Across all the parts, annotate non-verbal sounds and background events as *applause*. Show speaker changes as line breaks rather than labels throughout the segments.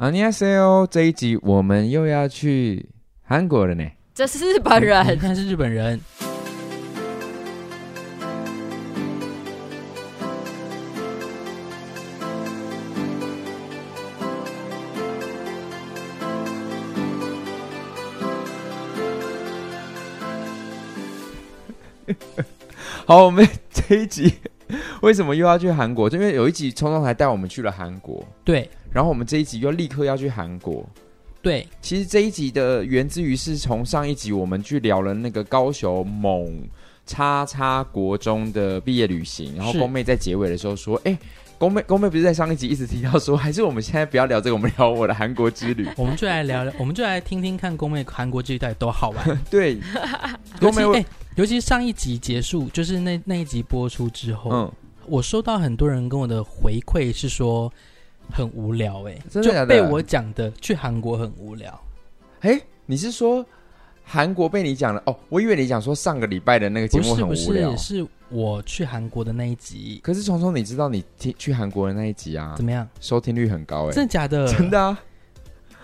안녕하세요，这一集我们又要去韩国了呢。
这啊是日本
你
人，
看是日本人，
好，我们这一集为什么又要去韩国？就因为有一集聪聪还带我们去了韩国，
对
然后我们这一集又立刻要去韩国。
对，
其实这一集的源自于是从上一集我们去聊了那个高雄某叉叉国中的毕业旅行，然后
是
宫妹在结尾的时候说：“哎、宫妹，宫妹不是在上一集一直提到说，还是我们现在不要聊这个，我们聊我的韩国之旅。
我们就来聊聊，我们就来听听看宫妹韩国这一代多
*laughs*
好玩。” *laughs*
对，宫
尤其
妹
哎、
会，
尤其上一集结束，就是那那一集播出之后，
嗯，
我收到很多人跟我的回馈是说很无聊、哎，
真的假的
就被我讲的去韩国很无聊。
哎、你是说韩国被你讲了？哦，我以为你讲说上个礼拜的那个节
不
目
是
很
不
无聊。
是，是我去韩国的那一集
可是聪聪，你知道你听去韩国的那一集啊
怎，么样？
收听率很高哎、
真的假的？
真。的啊。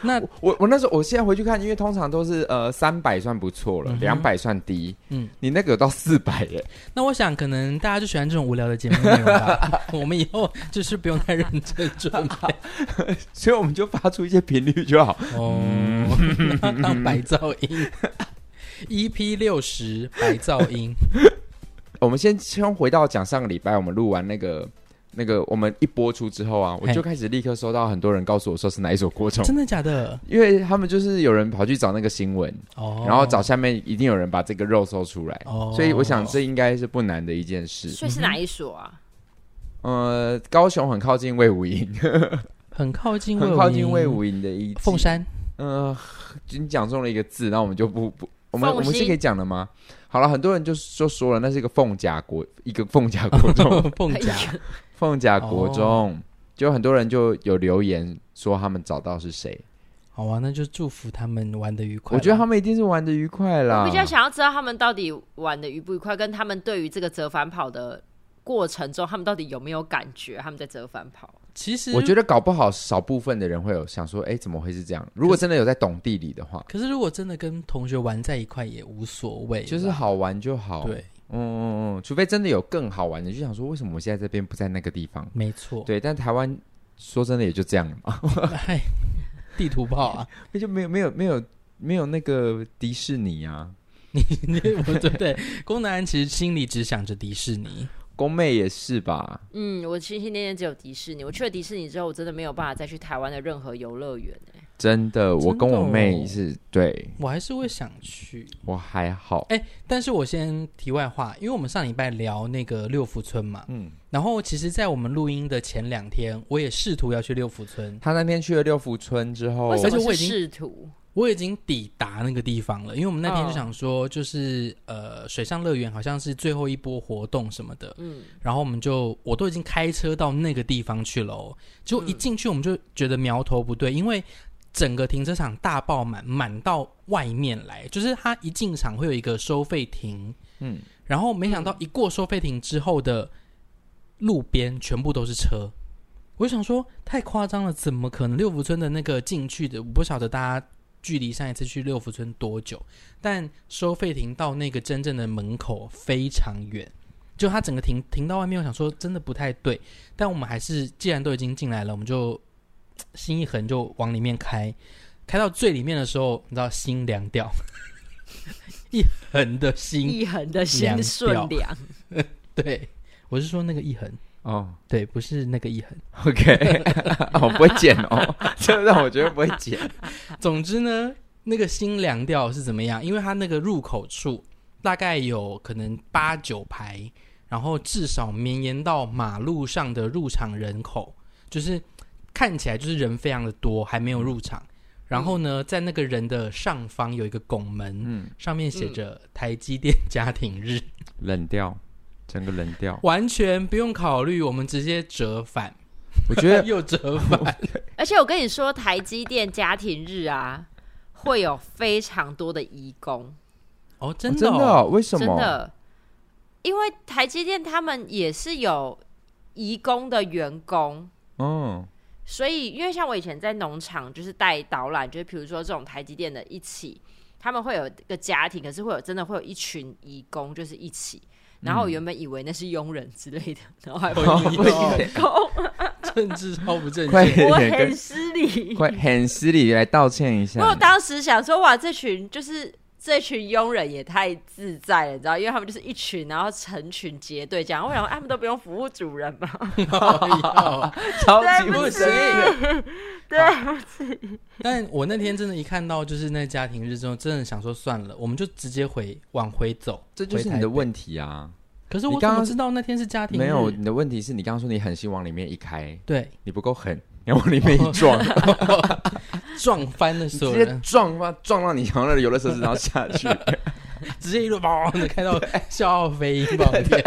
那
我我那时候，我现在回去看，因为通常都是呃三百算不错了，
嗯哼
两百、算低。
嗯，
你那个有到四百耶， *laughs*
那我想可能大家就喜欢这种无聊的节目内容
*laughs*
吧。我们以后就是不用太认真准备。
所以我们就发出一些频率就好。
*laughs* 哦，要当白噪音。EP 六十白噪
*laughs*
音，
我们先先回到讲上个礼拜我们录完那个那个，我们一播出之后啊，我
嘿
就开始立刻收到很多人告诉我说是哪一所国中，
真的假的？
因为他们就是有人跑去找那个新闻，
哦，
然后找下面一定有人把这个肉搜出来，
哦，
所以我想这应该是不难的一件事。
所以是哪一所啊？
呃，高雄很靠近魏武营，
很靠近，
很靠近魏武营的一 *laughs*
凤山，
嗯、你讲中了一个字，那我们就不不，我们
凤
我们是
心
可以讲的吗？好了，很多人就就说了，那是一个凤甲国， *laughs* 一个凤甲国
*laughs*
中，
凤甲，
哎
凤甲国中，
哦
就很多人就有留言说他们找到是谁，
好啊，那就祝福他们玩的愉快吧。
我觉得他们一定是玩的愉快啦。
我比较想要知道他们到底玩的愉不愉快，跟他们对于这个折返跑的过程中，他们到底有没有感觉他们在折返跑？
其实
我觉
得，
得搞不好少部分的人会有想说，哎、怎么会是这样？如果真的有在懂地理的话，
可是如果真的跟同学玩在一块也无所谓啦，
就是好玩就好。，
对，
嗯嗯嗯，除非真的有更好玩的，就想说为什么我现在这边不在那个地方？
没错， *laughs*
对，但台湾说真的也就这样了嘛， *laughs*
嗨，地图炮啊， *laughs*
那就没有没有没有没有那个迪士尼啊，
你我对对，宫南其实心里只想着迪士尼，
宫妹也是吧？
嗯，我心心念念只有迪士尼。我去了迪士尼之后，我真的没有办法再去台湾的任何游乐园欸
真的，我跟我妹
哦
是对
我还是会想去。
我还好，
哎，但是我先题外话，因为我们上礼拜聊那个六福村嘛，
嗯，
然后其实，在我们录音的前两天，我也试图要去六福村，
她那天去了六福村之后
哦为，什
而且
么
我已
是
经
试图？
我已经抵达那个地方了，因为我们那天
哦
就想说，就是、呃，水上乐园好像是最后一波活动什么的，
嗯，
然后我们就我都已经开车到那个地方去了、哦，结果一进去我们就觉得苗头不对，因为整个停车场大爆满，满到外面来，就是它一进场会有一个收费亭，
嗯，
然后没想到一过收费亭之后的路边全部都是车，我就想说太夸张了，怎么可能？六福村的那个进去的，我不晓得大家距离上一次去六福村多久，但收费亭到那个真正的门口非常远，就它整个停停到外面，我想说真的不太对，但我们还是既然都已经进来了，我们就嘖心一横就往里面开，开到最里面的时候，你知道心凉掉，一横的心，
一横的心
凉
顺
掉
凉，
对我是说那个一横，
哦
对，不是那个一横。
，OK，我 *laughs* 不会剪哦， *laughs* 这让我觉得不会剪，
总之呢，那个新凉调是怎么样？因为它那个入口处大概有可能八九排，然后至少绵延到马路上的入场人口，就是看起来就是人非常的多，还没有入场。然后呢，在那个人的上方有一个拱门，
嗯，
上面写着台积电家庭日，。
冷掉，整个冷掉
完全不用考虑，我们直接折返，
我觉得
又折返，
而且我跟你说，台积电家庭日啊，会有非常多的义工，
哦，
哦 *laughs*
真
真
的、
的
哦，
哦为什
真
么？
的，因为台积电他们也是有义工的员工，
嗯，
所以，因为像我以前在农场，就是带导览，就是比如说这种台积电的一起，他们会有一个家庭，可是会有真的会有一群义工，就是一起。然后我原本以为那是佣人之类的，然后还 *laughs*
*laughs*
不
*laughs* 哦
不行，
够，
政治超不正
快
确。
点
我
跟
很失礼。
快很失礼来道歉一
因为我
下。
当时想说，哇，这群就是这群佣人也太自在了，你知道，因为他们就是一群，然后成群结队这样。我想说，哎他们都不用服务主人嘛，
*laughs*
超级
对
不
不
行
起，对，
但我那天真的，一看到就是那家庭日之后，真的想说算了，我们就直接回往回走。
这就是
回台
你的
北
问题啊！
可是
你
我怎
刚刚
么知道那天是家庭日？
没有，你的问题是你刚刚说你狠心往里面一开，
对，
你不够狠，你要往里面一 *laughs* 撞，
撞翻了
你
所
直
有
接
人，
撞吧，撞到你好像游乐设施然后下 *laughs* 去。
直接一路砰的开到笑傲飞鹰旁边。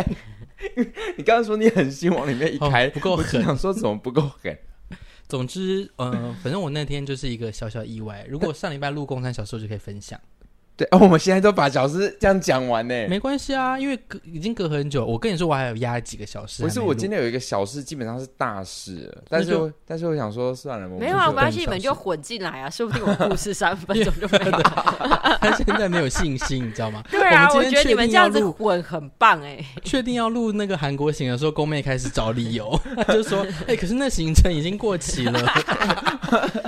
你刚刚说你狠心往里面一开，
哦不够
我只
狠
想说怎么不够狠？
总之，呃，反正我那天就是一个小小意外。如果上礼拜录共三小时，我就可以分享，
对，哦，我们现在都把小诗这样讲完呢。
没关系啊，因为隔已经隔很久。我跟你说，我还有压几个小时
不
还没
是，
录。
我今天有一个小事，基本上是大事了，但是
那就
我但是我想说算了，我们
没
就
有啊，
是
没关系，你们就混进来啊，说不定我故事三
*laughs*
分钟就没有。
他现在没有信心，你知道吗？
对啊，
我
我
们今
觉得
天
你们
确
这
定要
样子
录，
混很棒哎、
确定要录那个韩国行的时候，宫妹开始找
*laughs*
理由，她就说：“哎、可是那行程已经过期了。
*laughs*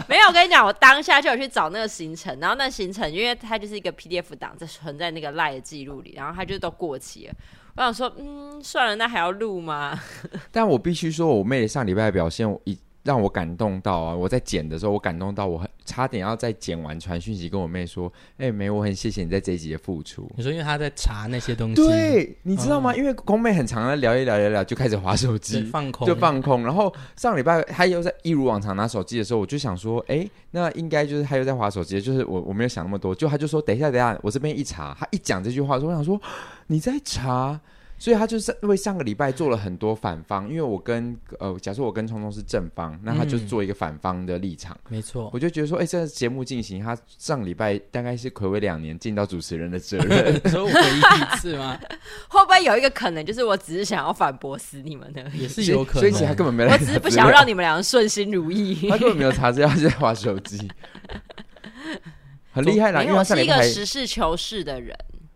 没有，我跟你讲，我当下就有去找那个行程，然后那行程因为它就是一个 PDF 档，这存在那个赖的记录里，然后它就都过期了。我想说，嗯，算了，那还要录吗？ *laughs*
但我必须说，我妹上礼拜的表现我一让我感动到啊！我在剪的时候，我感动到我很差点要在剪完传讯息跟我妹说：“哎、妹，我很谢谢你在这一集的付出。”嗯
你说，因为她在查那些东西，
对，你知道吗？因为宫妹很常在聊一聊聊一聊，就开始划手
对，
机，
放空，
就放空。然后上礼拜她又在一如往常拿手机的时候，我就想说，哎、那应该就是她又在划手机，就是我我没有想那么多。就她就说，等一下，等一下，我这边一查，她一讲这句话的时候，我想说你在查。所以她就是因为上个礼拜做了很多反方，因为我跟呃，假设我跟聪聪是正方，那她就
嗯哦
做一个反方的立场。
没错。
我就觉得说，哎、这个节目进行，她上礼拜大概是暌违两年，尽到主持人的责任。
你说我回忆一
*laughs*
次吗？
会不会有一个可能，就是我只是想要反驳死你们
*laughs*
呢？
也 *laughs* 是有可能。
所以其实他根本没来查
我只
资料，
是不想让你们两个顺心如
*laughs*
意
他。根本没有查资料，他就在划手机，很 *laughs* 厉害啦！
没
因
有，
为
我
他上
是
礼
一个
拜
实事求是的人。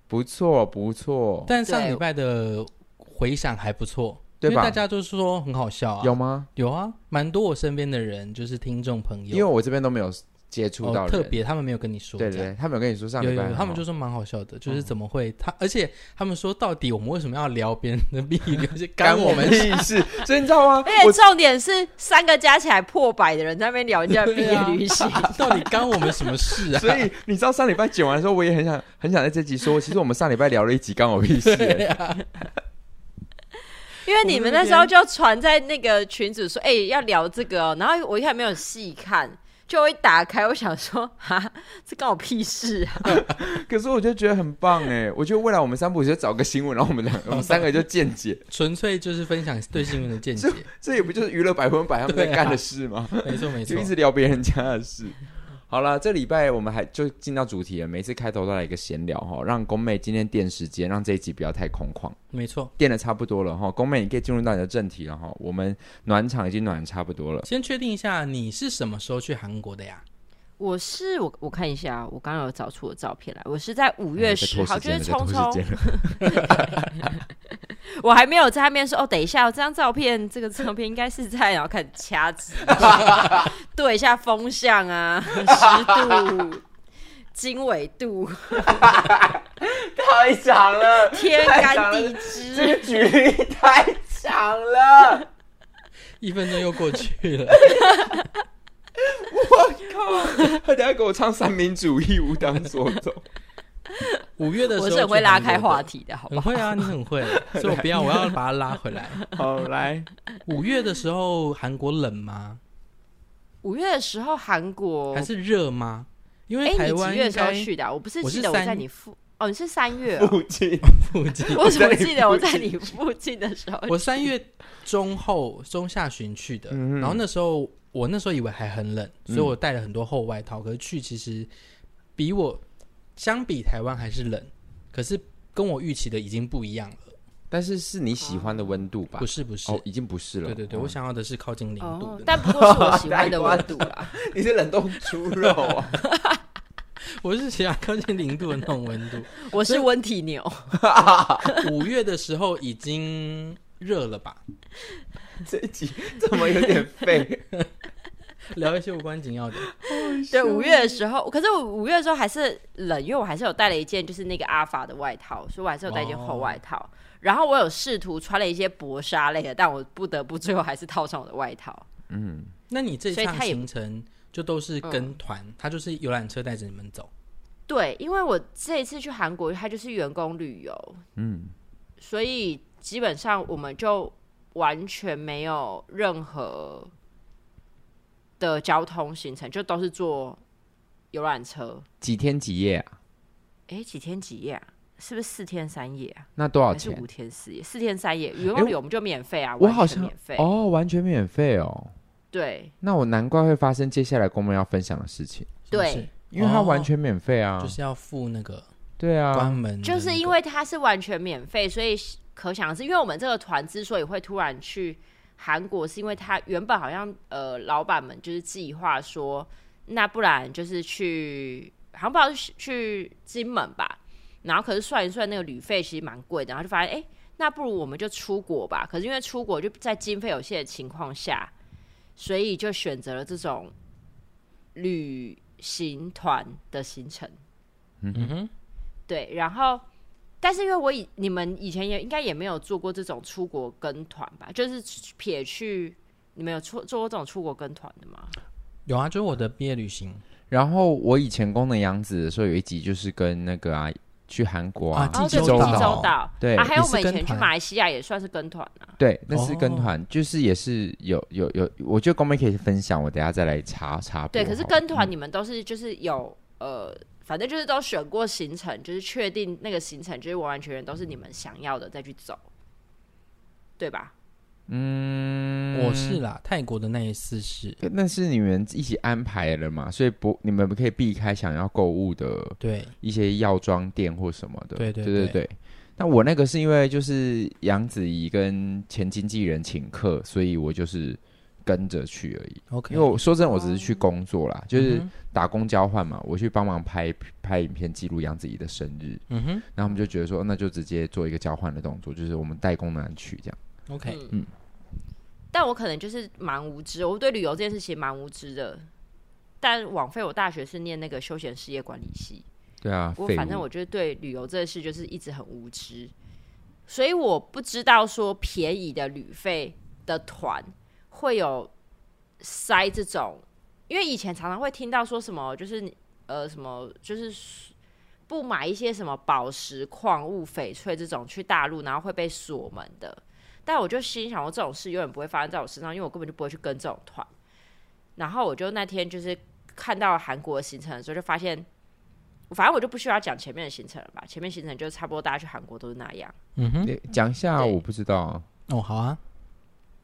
不错不错，
但上礼拜的回响还不错，
对
因为
吧
大？家就是说很好笑啊，
有吗？
有啊，蛮多我身边的人就是听众朋友，
因为我这边都没有接触到
哦
人
特别，他们没有跟你说，
对
这样
对，他们有跟你说上
有
礼
有
拜
有，他们就
哦
说蛮好笑的，就是怎么会他，而且他们说到底我们为什么要聊别人的秘
*laughs*
密，就是干我们
屁
*laughs*
事，所以你知道吗
而？且
我
重点是三个加起来破百的人在那边聊人家的毕
对
业
啊
旅行，
*laughs* 到底干我们什么
*laughs*
事啊？
所以你知道上礼拜剪完的时候，我也很想很想在这集说，其实我们上礼拜聊了一集干我屁事，
*laughs* 对
哎
啊，
因为你们那时候就传在那个群组说，哎、要聊这个、哦，然后我一开始没有细看。就我一打开，我想说，哈， *laughs* 这关我屁事啊！
可是我就觉得很棒哎，我觉得未来我们三部就找个新闻，然后我们两个我们三个就见
*laughs*
解，
纯粹就是分享对新闻的见解，
这也不就是娱乐百分百他们在
对啊
干的事吗？
没错没
就
错
一。直聊别人家的事。好了，这礼拜我们还就进到主题了。每次开头都来一个闲聊哈，让宫妹今天垫时间，让这一集不要太空旷。
没错，
垫的差不多了哈，宫妹你可以进入到你的正题了哈。我们暖场已经暖得差不多了，
先确定一下你是什么时候去韩国的呀？
我是我，我看一下，我刚刚有找出我照片来，我是在五
嗯
月
在
十
拖
号，
时
就是
间了，在
匆
拖时
匆，
间了。 *laughs*
我还没有在那边说哦，等一下，这张照片，这个照片应该是在，然后开始掐指， *laughs* 对一下风向啊，湿度、经纬度，
太长了，
天干地支。 *laughs*
举例太长了。
一分钟又过
*laughs*
去了，
他等下给我唱三民主义无党所走。
五月的时候
我是很会拉开话
题，
题的，好
很
吧？
会啊，你很会，所以我不要，我要把它拉
*laughs*
回来。
*laughs* 好，来，
五月的时候，韩国冷吗？
五月的时候，韩国
还，是热吗？因
哎
为，台
你几
湾
月
应
的时候
该
去的啊？我不是
我是
记得我在
三
你附，哦，你是三月哦，
父亲，
附近，
我怎
我在
么
你
*laughs* 记得我
附
在你附近的
*laughs*
时候？
我三月中后中下旬去的，
嗯
然后那时候我那时候以为还很冷，所以我带了很多厚外套。可是去其实比我相比台湾还是冷，可是跟我预期的已经不一样了。
但是是你喜欢的温度吧
不？是不是，
哦，已经不是了。
对对对，
哦
我想要的是靠近零度
哦
的，。
但不过是我喜欢的温度啦。
你是冷冻猪肉啊？
*laughs*
*laughs*
我是想要靠近零度的那种温度。
我是温体牛，
五月的时候已经热了吧？
这一集怎么有点
*laughs*
废？
聊一些无关紧要的。哦
对，五月的时候，可是我五月的时候还是冷，因为我还是有带了一件就是那个阿法的外套，所以我还是有带一件厚外
哦
套。然后我有试图穿了一些薄纱类的，但我不得不最后还是套上我的外套。
嗯，
那你这一
所以
趟
他也
行程就都是跟团，他就是游览车带着你们走。
对，因为我这一次去韩国，它就是员工旅游，
嗯，
所以基本上我们就完全没有任何的交通行程，就都是坐游览车。
几天几夜啊？
诶，几天几夜啊？是不是四天三夜啊？
那多少
还是
钱
五？天四夜？四天三夜，员
诶
工旅游我们就免费啊，
我
完
好
全
像
免费。
哦，完全免费哦。
对
那我难怪会发生接下来公们要分享的事情，
是不是
对，
因为它
哦
完全免费啊。
就是要付那个
对啊，
关门的那个、
就是因为它是完全免费，所以可想而知，因为我们这个团之所以会突然去韩国，是因为他原本好像呃，老板们就是计划说，那不然就是去，好像不知道是去金门吧，然后可是算一算那个旅费其实蛮贵的，然后就发现哎、诶那不如我们就出国吧。可是因为出国就在经费有限的情况下，所以就选择了这种旅行团的行程。
嗯哼，
对，然后但是因为我以你们以前也应该也没有做过这种出国跟团吧，就是撇去你们有出做过这种出国跟团的吗？
有啊，就是我的毕业旅行
然后我以前工的杨子的时候，有一集就是跟那个啊去韩国啊
啊济
哦，对，济
州
州
岛
岛，
对
啊，还有
也
我
是
们以
跟
前去
团
马来西亚也算是跟团啊，
对，那是跟
哦
团，就是也是有有有，我觉得公妹可以分享，我等一下再来查查。
对，可
哦
是跟
嗯
团你们都是就是有呃。反正就是都选过行程，就是确定那个行程就是完完全全都是你们想要的再去走，对吧？
嗯
我是啦，泰国的那一次是，
那是你们一起安排了嘛，所以不你们可以避开想要购物的
对，
一些药妆店或什么的。
对
对
对
对
对
那我那个是因为就是杨子怡跟前经纪人请客，所以我就是跟着去而已。
OK，
因为我说真的，我只是去工作啦，就是
嗯哼
打工交换嘛，我去帮忙拍拍影片记录杨子怡的生日。
嗯哼
然后我们就觉得说，那就直接做一个交换的动作，就是我们代工男去这样。
，OK，
嗯，但我可能就是蛮无知，我对旅游这件事情蛮无知的。但枉费我大学是念那个休闲事业管理系，
对啊，
我
废
反正
物
我就是对旅游这事就是一直很无知，所以我不知道说便宜的旅费的团会有塞这种，因为以前常常会听到说什么就是你呃什么就是不买一些什么宝石、矿物、翡翠这种去大陆，然后会被锁门的。但我就心想，我这种事永远不会发生在我身上，因为我根本就不会去跟这种团。然后我就那天就是看到韩国的行程的时候，就发现，反正我就不需要讲前面的行程了吧，前面行程就差不多，大家去韩国都是那样。
嗯哼，
你讲一下，
对
我不知道啊。
哦，好啊，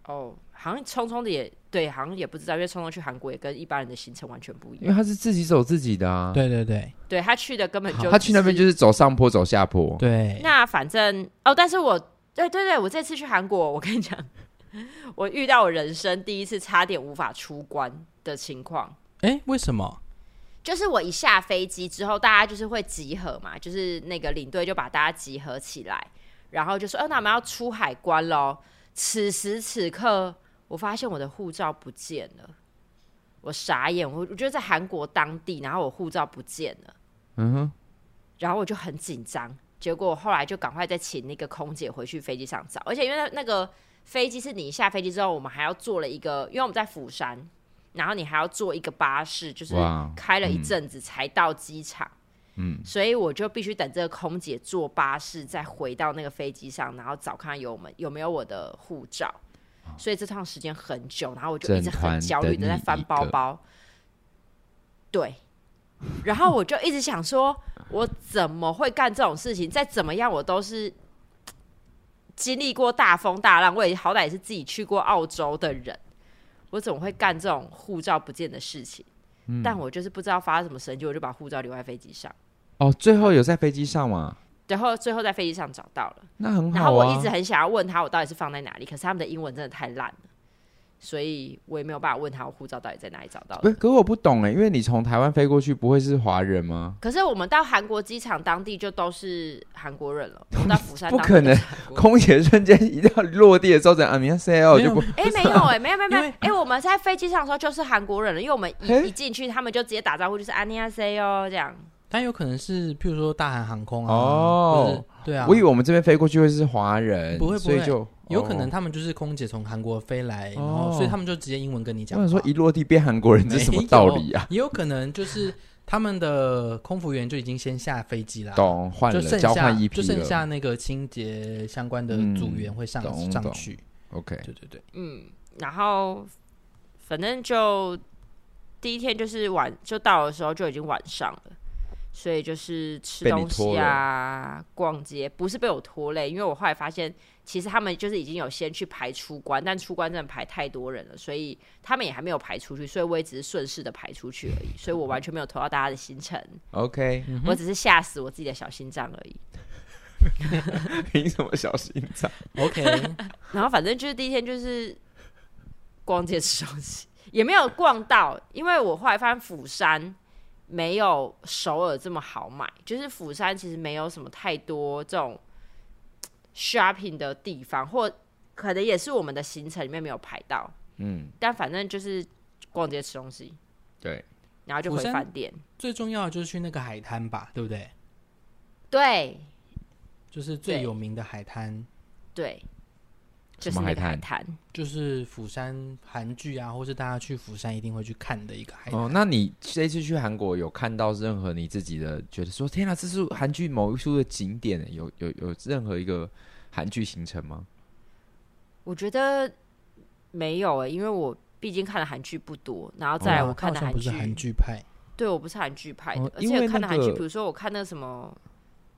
哦，好像匆匆的也对，好像也不知道，因为匆匆去韩国也跟一般人的行程完全不一
因
样。
为他是自己走自己的啊。，
对对对
对他去的根本就
他去那边
是
就是走上坡走下坡。
对，
那反正哦，但是我对对对，我这次去韩国，我跟你讲， *laughs* 我遇到我人生第一次差点无法出关的情况，
哎，为什么？
就是我一下飞机之后，大家就是会集合嘛，就是那个领队就把大家集合起来，然后就说：“哦、那我们要出海关喽。”此时此刻，我发现我的护照不见了，我傻眼，我我觉得在韩国当地，然后我护照不见了。
嗯哼，
然后我就很紧张，结果后来就赶快再请那个空姐回去飞机上找，而且因为那那个飞机是你一下飞机之后，我们还要坐了一个，因为我们在釜山，然后你还要坐一个巴士，就是
哇
开了一阵子才到机场。嗯，所以我就必须等这个空姐坐巴士，再回到那个飞机上，然后找看有没有没有我的护照。所以这趟时间很久，然后我就一直
整团
很焦虑
等
的在
你
翻
一
包
个
包。对，然后我就一直想说，我怎么会干这种事情？再怎么样，我都是经历过大风大浪，我也好歹也是自己去过澳洲的人，我怎么会干这种护照不见的事情？
嗯
但我就是不知道发生什么神经，我就把护照留在飞机上。
哦，最后有在飞机上嘛？
然后最后在飞机上找到了。
那很
然后
好
我
啊。
一直很想要问他我到底是放在哪里，可是他们的英文真的太烂了，所以我也没有办法问他我护照到底在哪里找到
不
的
是，。可是我不懂哎，因为你从台湾飞过去，不会是华人吗？
可是我们到韩国机场当地就都是韩国人了，我们到釜山
不
当
可
地都
*laughs*
是
能
韩国人
空姐瞬间一到落地的时候，在啊，你看 C L
没有
就不
哎、没有哎、没有没有没有
因为
哎、我们在飞机上的时候就是韩国人了，因为我们一、
哎
一进去，他们就直接打招呼，就是安妮亚 C 哦这样。
但有可能是，譬如说大韩航空啊，
哦
或者是对啊，
我以为我们这边飞过去会是华人，
不会不
所
会
以就
有可能
哦
他们就是空姐从韩国飞来，然
哦
后所以他们就直接英文跟你
我
讲话。
想说一落地变韩国人，这是什么道理啊？
没有？也有可能就是他们的空服员就已经先下飞机啦，
懂换
就
了，
剩
交
下
换一批
就
了。
剩下那个清洁相关的
嗯
组员会上、
懂
上
懂
去。
OK，
对对对，
*laughs*
嗯，然后反正就第一天就是晚就到的时候就已经晚上了，所以就是吃
被你
东西
拖
啊、逛街，不是被我拖累，因为我后来发现其实他们就是已经有先去排出关，但出关真的排太多人了，所以他们也还没有排出去，所以我也只是顺势的排出去而已，所以我完全没有拖到大家的行程，
OK，
嗯
我只是吓死我自己的小心脏而已。
*laughs* 凭什么小心脏？
OK，
然后反正就是第一天就是逛街吃东西，也没有逛到，因为我后来发现釜山没有首尔这么好买，就是釜山其实没有什么太多这种 shopping 的地方，或可能也是我们的行程里面没有排到，
嗯，
但反正就是逛街吃东西，
对，
然后就
釜
回
山
饭店。
最重要的就是去那个海滩吧，对不对？
对
就是最
对
有名的海滩，
对，就
什
是
么
那
海
个海
滩
滩。
就是釜山韩剧啊，或是大家去釜山一定会去看的一个海滩。
哦，那你这次去韩国有看到任何你自己的觉得说天啊，这是韩剧某一处的景点，有有有任何一个韩剧行程吗？
我觉得没有欸诶、因为我毕竟看的韩剧不多，然后再来
哦
我看的
他好像不是
韩
韩
剧，
剧派，
对我不是韩剧派的，
哦
而
因
且
为
看
那
的韩剧，
个
比如说我看那个什么，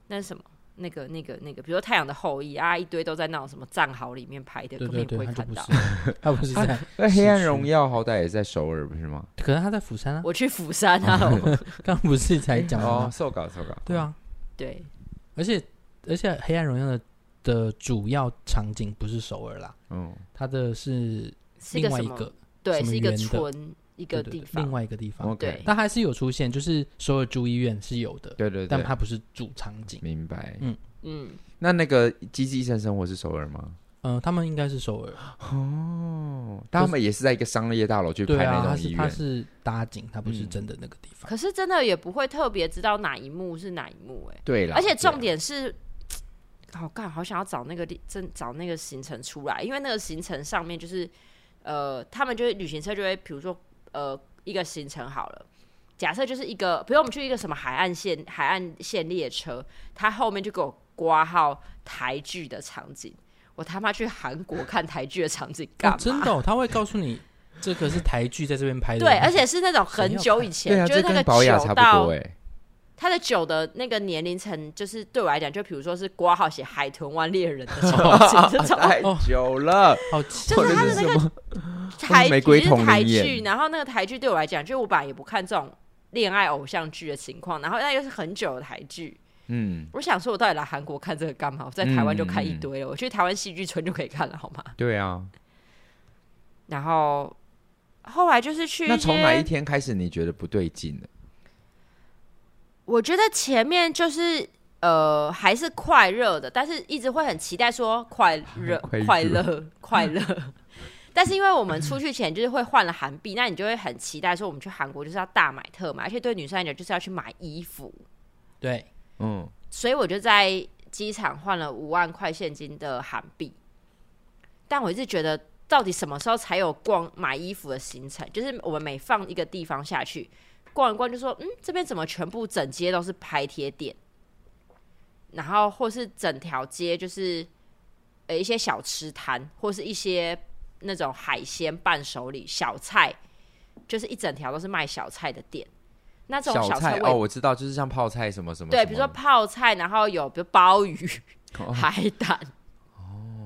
那是什么？那个、那个、那个，比如说《太阳的后裔》啊，一堆都在那种什么战壕里面拍的，
对
根本
对
不
对，
会
他就
看
不
到
是。， *laughs* 他不
*laughs*
是在，
那《黑暗荣
市
耀》好歹也在首尔不是吗？
可是他在釜山啊，
我去釜山
*laughs*
啊，我
刚不是才讲了
哦
吗，？
受稿受稿，
对，啊，
对，
而且而且《黑暗荣耀》的的主要场景不是首尔啦，
嗯，
它的是
是一
另
个
外
什
一
么？
个
对，
什么
是一个
园的
村，一
对
个
对
地
对另
方。哦
外一个地方，
哦 OK，
对
但还是有出现，就是首尔住医院是有的，
对对对，
但它不是主场景。
明白。
嗯
嗯，
那那个《机智医生生活》是首尔吗？
嗯，他们应该是首尔，
但他们也是在一个商业大楼去
对
拍
啊，
那
它
种医
是
院
它，是搭景，它不是
嗯
真的那个地方。
可是真的也不会特别知道哪一幕是哪一幕、欸，
对啦。
而且重
对
点是，好干，好想要找那个地，真找那个行程出来，因为那个行程上面就是，呃，他们就会旅行社就会，比如说，呃，一个行程好了。假设就是一个，比如我们去一个什么海岸线海岸线列车，它后面就给我挂号台剧的场景。我他妈去韩国看台剧的场景干
哦
嘛？
真的哦，他会告诉你这个是台剧在这边拍的，
对，而且是那种很久以前，
对啊，
就是
这
那个
跟保养
久
差
到
不多
*laughs*
哎。
他的酒的那个年龄层，就是对我来讲，就比如说是挂号写《海豚湾猎人》的
*laughs*
场景，这种
太久
*laughs*
了，
好奇
就是
或
他
者
的那
是
个
什么？
台
玫瑰
只是
同
台
林演
剧，然后那个台剧对我来讲，就我本来也不看这种恋爱偶像剧的情况，然后那又是很久的台剧，
嗯，
我想说，我到底来韩国看这个干嘛？我在台湾就看一堆了，我去台湾戏剧村就可以看了，好吗？
对啊。
然后后来就是去
那
一
从哪
些
一天开始你觉得不对劲了？
我觉得前面就是呃还是快乐的，但是一直会很期待说快乐
快乐
快乐快乐。但是因为我们出去前就是会换了韩币，那你就会很期待说我们去韩国就是要大买特买，而且对女生来讲就是要去买衣服，
对，
嗯，
所以我就在机场换了五万块现金的韩币。但我一直觉得，到底什么时候才有逛买衣服的行程？就是我们每放一个地方下去逛一逛，就说嗯，这边怎么全部整街都是拍贴店，然后或是整条街就是呃一些小吃摊，或是一些那种海鲜伴手礼、小菜，就是一整条都是卖小菜的店。那这种
小
菜
菜
我也
哦，我知道，就是像泡菜什么什么。
对，
什
比如说
么
泡菜，然后有比如鲍鱼、
哦
*laughs* 海胆。哦。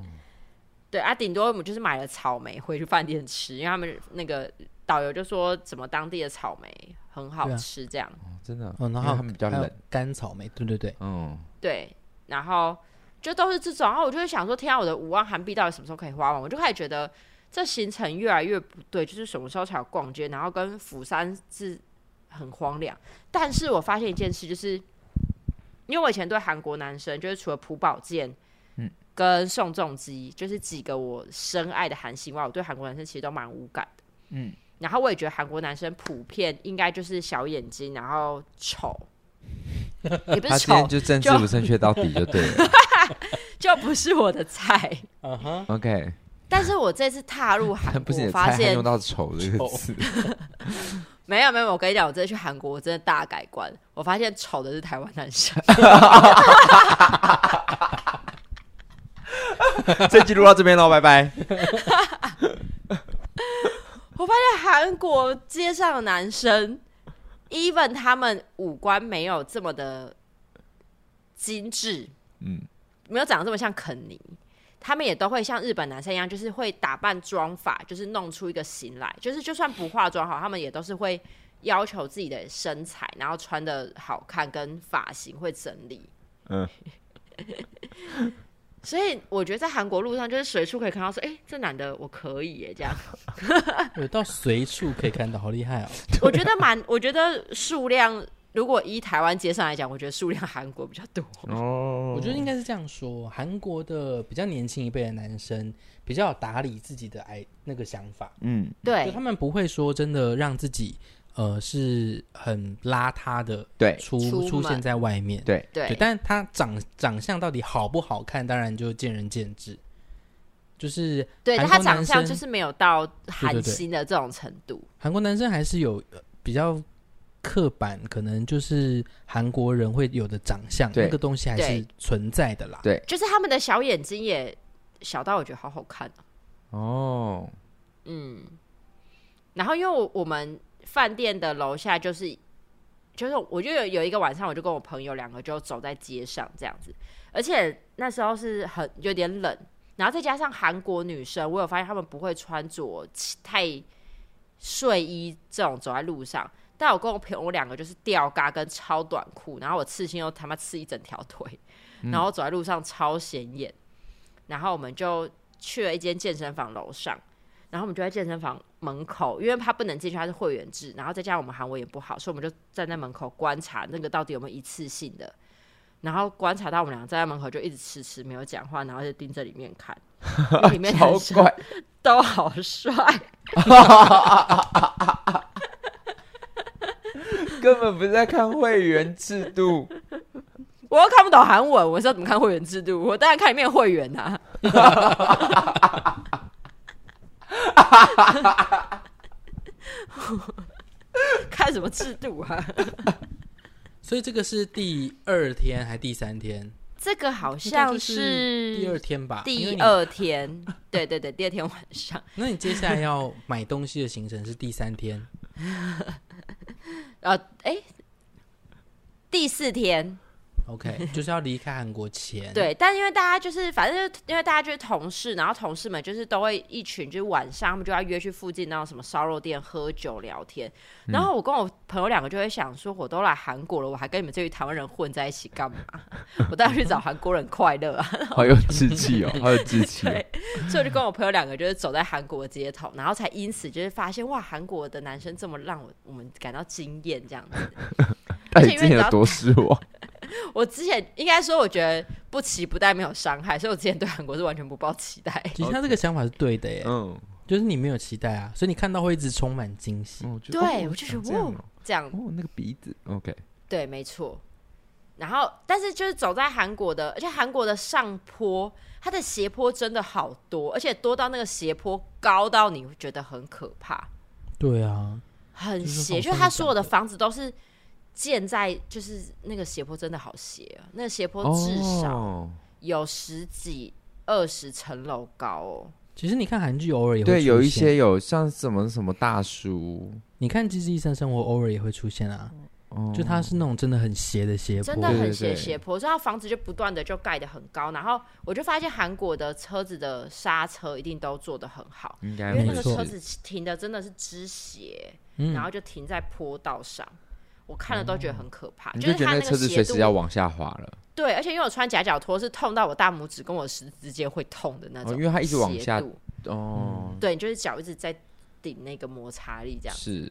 对啊，顶多我们就是买了草莓回去饭店吃，因为他们那个导游就说怎么当地的草莓很好
对啊
吃这样。
哦真的，
嗯，然
因为
后
他们比较
还有
冷。
干草莓，对对对，
嗯，
对，然后就都是这种，然后我就会想说，天啊，我的五万韩币到底什么时候可以花完？我就开始觉得这行程越来越不对，就是什么时候才有逛街，然后跟釜山是很荒凉。但是我发现一件事，就是因为我以前对韩国男生，就是除了朴宝剑，
嗯，
跟宋仲基，就是几个我深爱的韩星外，我对韩国男生其实都蛮无感的。
嗯，
然后我也觉得韩国男生普遍应该就是小眼睛，然后
*laughs*
丑，也不
他
是
今
丑
天，就政治
就
不正确到底就对
*laughs*
了。
就不是我的菜。
嗯哼，
OK，
*laughs* 但是我这次踏入韩
*laughs* 不
国
是你，的
发
菜，还
现
用到“丑”这个词，
没有没有，我跟你讲，我这次去韩国，我真的大改观。我发现丑的是台湾男生，
这记录到这边喽，拜
*laughs*
拜。
我发现韩国街上的男生，even 他们五官没有这么的精致，
嗯，
没有长得这么像肯尼，他们也都会像日本男生一样，就是会打扮妆法，就是弄出一个型来。就是就算不化妆好，他们也都是会要求自己的身材，然后穿的好看，跟发型会整理。
嗯，
*laughs* 所以我觉得在韩国路上，就是随处可以看到说，哎、这男的我可以耶，这样。
啊有到随处可以看到，好厉害哦！ *laughs*
我觉得蛮，我觉得数量如果依台湾街上来讲，我觉得数量韩国比较多。
嗯
哦
我觉得应该是这样说，韩国的比较年轻一辈的男生比较有打理自己的爱那个想法，
嗯，
就
对
他，们不会说真的让自己呃是很邋遢的
对
*laughs*
出
出
出现
门
在外面。
对，
对，
对，
但他长长相到底好不好看，当然就见仁见智。就是
对，
韩
他
国
长
男
相
生
就是没有到
对
韩
对
星的这种程度。
韩国男生还是有呃比较刻板，可能就是韩国人会有的长相，
对
那个东西还是
对
存在的啦。
对
就是他们的小眼睛也小到我觉得好好看、啊、
哦，
嗯，然后因为我我们饭店的楼下就是就是我就有有一个晚上，我就跟我朋友两个就走在街上这样子，而且那时候是很有点冷，然后再加上韩国女生，我有发现她们不会穿着太睡衣这种走在路上。但我跟我朋友，我两个就是吊嘎跟超短裤，然后我刺青又他妈刺一整条腿，
嗯
然后走在路上超显眼。然后我们就去了一间健身房楼上，然后我们就在健身房门口，因为他不能进去，他是会员制，然后再加上我们韩文也不好，所以我们就站在门口观察那个到底有没有一次性的。然后观察到我们两个站在门口就一直迟迟没有讲话，然后就盯着里面
*laughs*
看，因为里面
超
男生
怪，
都好帅，
根本不是在看会员制度。
*laughs* 我又看不懂韩文，我是要怎么看会员制度？我当然看里面有会员啊。 *laughs* 看什么制度啊？
所以这个是第二天还第三天？
这个好
应该就
像
是第二天吧。因为
嗯第
你，
二天，对对对，第二天晚上，
那你接下来要买东西的行程是第三天，
呃，哎、第四天， *laughs*
OK，就是要离开韩国前。，
对，但因为大家就是，反正就是因为大家就是同事，然后同事们就是都会一群，就是晚上他们就要约去附近那种什么烧肉店喝酒聊天。然后我跟我朋友两个就会想说，我都来韩国了，我还跟你们这群台湾人混在一起干嘛？ *laughs* 我当然去找韩国人快乐啊！ *laughs*
好有志气哦，好有志气哦
对。所以我就跟我朋友两个就是走在韩国的街头，然后才因此就是发现哇，韩国的男生这么让我我们感到惊艳这样子。 *laughs*
到
而
底
且
之
因为
前
你知
有
道
多失望？
我之前应该说，我觉得不期不待没有伤害，所以我之前对韩国是完全不抱期待。 *laughs*
其实他这个想法是对的耶，
嗯，
就是你没有期待啊，所以你看到会一直充满惊喜。
嗯我觉得
对，
哦
我就觉
长
得
这样
哇
哦，
这样
哦，那个鼻子，OK，
对，没错。然后，但是就是走在韩国的，而且韩国的上坡，它的斜坡真的好多，而且多到那个斜坡高到你会觉得很可怕，
对啊，
很
就是
斜。
好
就是它
像
所有的房子都是建在，就是那个斜坡真的好斜、啊，那个斜坡至少
哦
有十几、二十层楼高哦。
其实你看韩剧偶尔也会
对，有
出
一
现
些有像什么什么大叔，
你看《机智医生生活》偶尔也会出现啊，
哦
就它是那种真的很斜的斜坡，
真的
对
很
对
斜
对
斜坡，所以它房子就不断的就盖得很高，然后我就发现韩国的车子的刹车一定都做得很好，
应该
因为那个
没错
车子停的真的是支斜，然
嗯，
后就停在坡道上，我看了都觉得很可怕，
哦你
啊是
觉得
它
那
那
个车
个
子
斜
随
度
时要往下滑了，
对，而且因为我穿夹脚拖，是痛到我大拇指跟我食指之间会痛的那种、
哦因为它一直往下
斜度
哦，
对，你就是脚一直在顶那个摩擦力这样。
是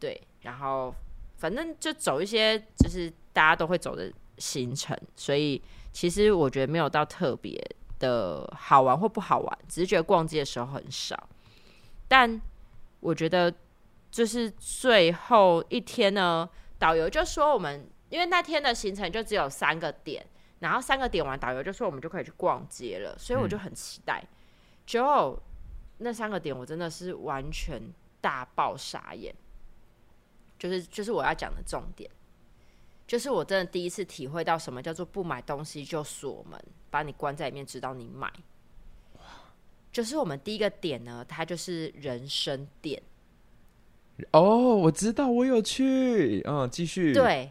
对，然后反正就走一些就是大家都会走的行程，所以其实我觉得没有到特别的好玩或不好玩，只是觉得逛街的时候很少。但我觉得就是最后一天呢，导游就说我们因为那天的行程就只有三个点，然后三个点完，导游就说我们就可以去逛街了，所以我就很期待。结果那三个点我真的是完全大爆傻眼。就是就是我要讲的重点，就是我真的第一次体会到什么叫做不买东西就锁门，把你关在里面，直到你买。就是我们第一个点呢，它就是人生店，
哦，我知道，我有去，嗯，继续，，
对，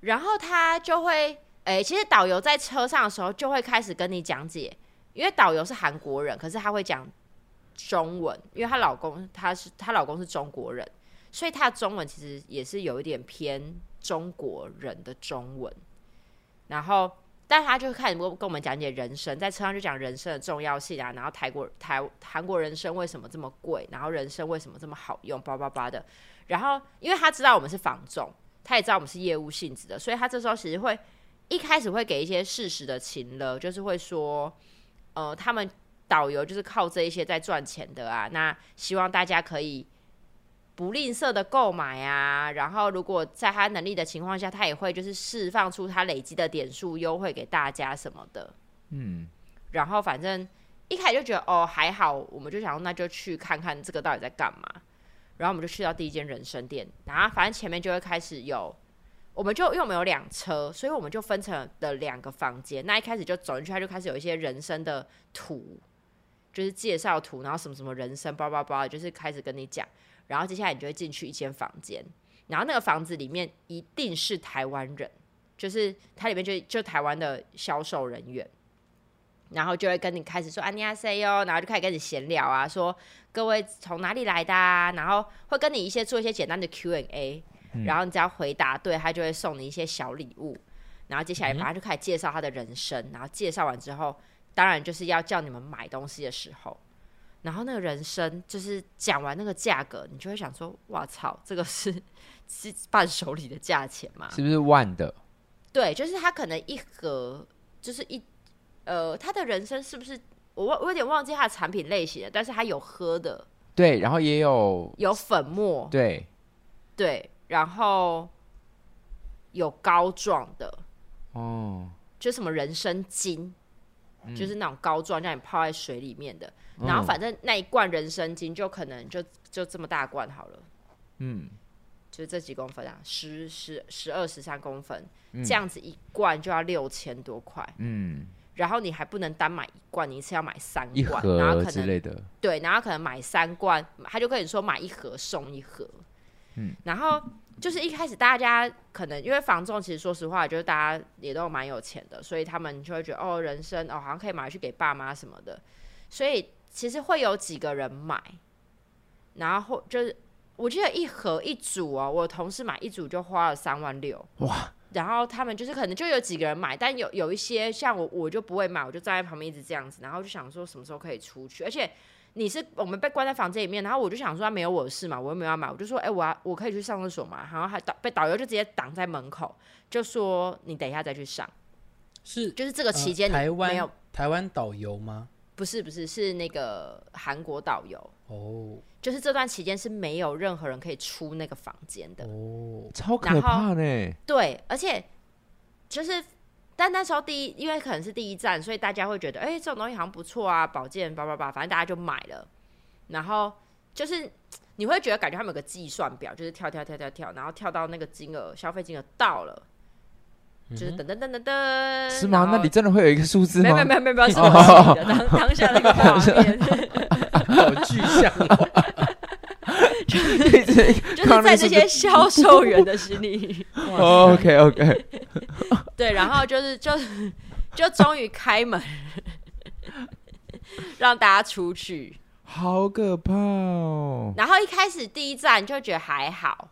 然后他就会，诶、其实导游在车上的时候就会开始跟你讲解，因为导游是韩国人，可是他会讲中文，因为她老公他是她老公是中国人，所以她的中文其实也是有一点偏中国人的中文。然后，但他就开始跟跟我们讲解人生，在车上就讲人生的重要性啊，然后泰国台韩国人参为什么这么贵，然后人参为什么这么好用，叭叭叭的。然后，因为他知道我们是房仲，他也知道我们是业务性质的，所以他这时候其实会一开始会给一些事实的情了，就是会说，呃，他们导游就是靠这一些在赚钱的啊，那希望大家可以不吝啬的购买啊，然后如果在他能力的情况下，他也会就是释放出他累积的点数优惠给大家什么的，
嗯，
然后反正一开始就觉得哦还好，我们就想说那就去看看这个到底在干嘛。然后我们就去到第一间人参店，然后反正前面就会开始有，我们就因为我们有两车，所以我们就分成了两个房间。那一开始就走进去，它就开始有一些人参的图，就是介绍图，然后什么什么人参，叭叭叭，就是开始跟你讲。然后接下来你就会进去一间房间，然后那个房子里面一定是台湾人，就是它里面就就台湾的销售人员。然后就会跟你开始说安尼亚 say 哟，然后就开始跟你闲聊啊，说各位从哪里来的啊，然后会跟你一些做一些简单的 Q&A，、然后你只要回答对，他就会送你一些小礼物。然后接下来，反正就开始介绍他的人生，然后介绍完之后，当然就是要叫你们买东西的时候，然后那个人生就是讲完那个价格，你就会想说，哇操，这个是 *laughs* 是伴手礼的价钱吗？
是不是万的？
对，就是他可能一盒就是一呃，他的人生是不是我忘我有点忘记他的产品类型了，但是他有喝的，
对，然后也有，
有粉末，
对，
对，然后有膏状的，
哦，嗯
就是什么人参精，就是那种膏状让你泡在水里面的，然后反正那一罐人参精就可能就就这么大罐好了。
嗯，
就是这几公分啊，十十十二十三公分，这样子一罐就要六千多块，
嗯，
然后你还不能单买一罐，你一次要买三
一
罐，然后
盒
可
之
能
类的，
对，然后可能买三罐，他就跟你说买一盒送一盒。嗯，然后就是一开始大家可能因为房仲，其实说实话，就是大家也都蛮有钱的，所以他们就会觉得哦，人生哦，好像可以买去给爸妈什么的，所以其实会有几个人买，然后或就是我记得一盒一组哦，我同事买一组就花了三万六哇。然后他们就是可能就有几个人买，但有有一些像我，我就不会买，我就站在旁边一直这样子，然后就想说什么时候可以出去，而且你是我们被关在房间里面，然后我就想说没有我的事嘛，我又没有要买，我就说哎、我要我可以去上厕所嘛，然后还导被导游就直接挡在门口，就说你等一下再去上，
是
就是这个期间
呃台
你没有
湾台湾导游吗？
不是不是是那个韩国导游，
哦
就是这段期间是没有任何人可以出那个房间的，
哦，
超可
然
怕
后
呢，
对，而且就是，但那时候第一，因为可能是第一站，所以大家会觉得，哎、这种东西好像不错啊，保健，叭叭叭，反正大家就买了。然后就是你会觉得感觉他们有个计算表，就是跳跳跳跳跳，然后跳到那个金额，消费金额到了，就是噔噔噔噔噔，
嗯是吗？
呃然后
那里真的会有一个数字
没有
吗？
没
*laughs*
有 *laughs* 没有没有没有，是我记的当当下那个画面。 *laughs*
好具象
*laughs*
哦。
就是在这些销售员的心里。
OK OK，
对，然后就是就就终于开门， *laughs* 让大家出去。
*laughs* 好可怕哦！
然后一开始第一站就觉得还好，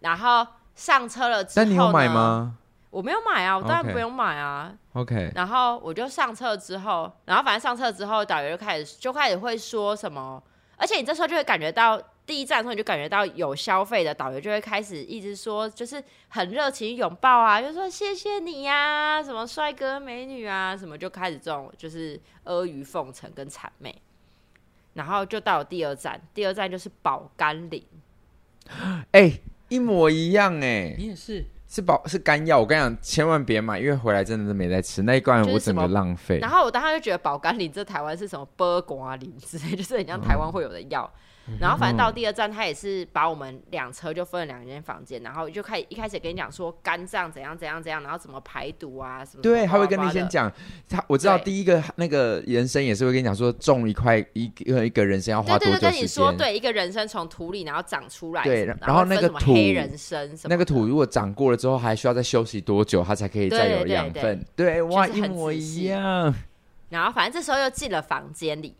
然后上车了之后，
但你有买？吗？
我没有买啊，我当然
OK
不用买啊。
OK，
然后我就上车之后，然后反正上车之后，导游就开始就开始会说什么，而且你这时候就会感觉到第一站的时候你就感觉到有消费的导游就会开始一直说，就是很热情拥抱啊，就说谢谢你呀、什么帅哥美女啊，什么就开始这种就是阿谀奉承跟谄媚。然后就到了第二站，第二站就是宝甘岭，
哎、一模一样哎、
你也是，
是保是干药，我跟你讲，千万别买，因为回来真的是没在吃那一罐，
就是
我整
什
个
么
浪费
然。后我当时就觉得保肝灵这台湾是什么波瓜灵之类，就是很像台湾会有的药。
嗯
然后反正到第二站，他也是把我们两车就分了两间房间，然后就开一开始跟你讲说肝脏怎样怎样怎样，然后怎么排毒啊什么。
对，
他
他会跟你先。讲，他我知道
对
第一个那个人参也是会跟你讲说，种一块一个一个人参要花
对
多久时
对对，
间？
跟你说，对，一个人参从土里然后长出来什么，
对然
然
后那
分
个
什么
土
黑人参什么的，
那个土如果长过了之后，还需要再休息多久，它才可以再
对
有
对
养
对
分？对，哇，
就是
一
很
模
仔
一
细
样。
然后反正这时候又进了房间里，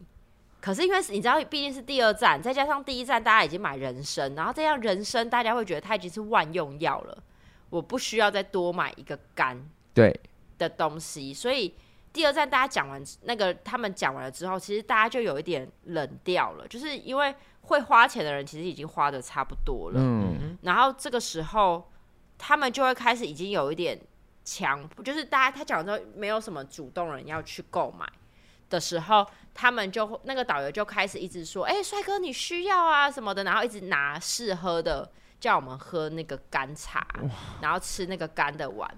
可是因为是你知道，毕竟是第二站，再加上第一站大家已经买人参，然后再加上人参，大家会觉得它已经是万用药了，我不需要再多买一个肝
对，
的东西，所以。第二站大家讲完那个，他们讲完了之后，其实大家就有一点冷掉了，就是因为会花钱的人其实已经花的差不多了，
嗯，
然后这个时候，他们就会开始已经有一点强，就是大家他讲说没有什么主动人要去购买的时候，他们就会那个导游就开始一直说：“哎、帅哥，你需要啊什么的。”然后一直拿试喝的叫我们喝那个干茶，然后吃那个干的碗。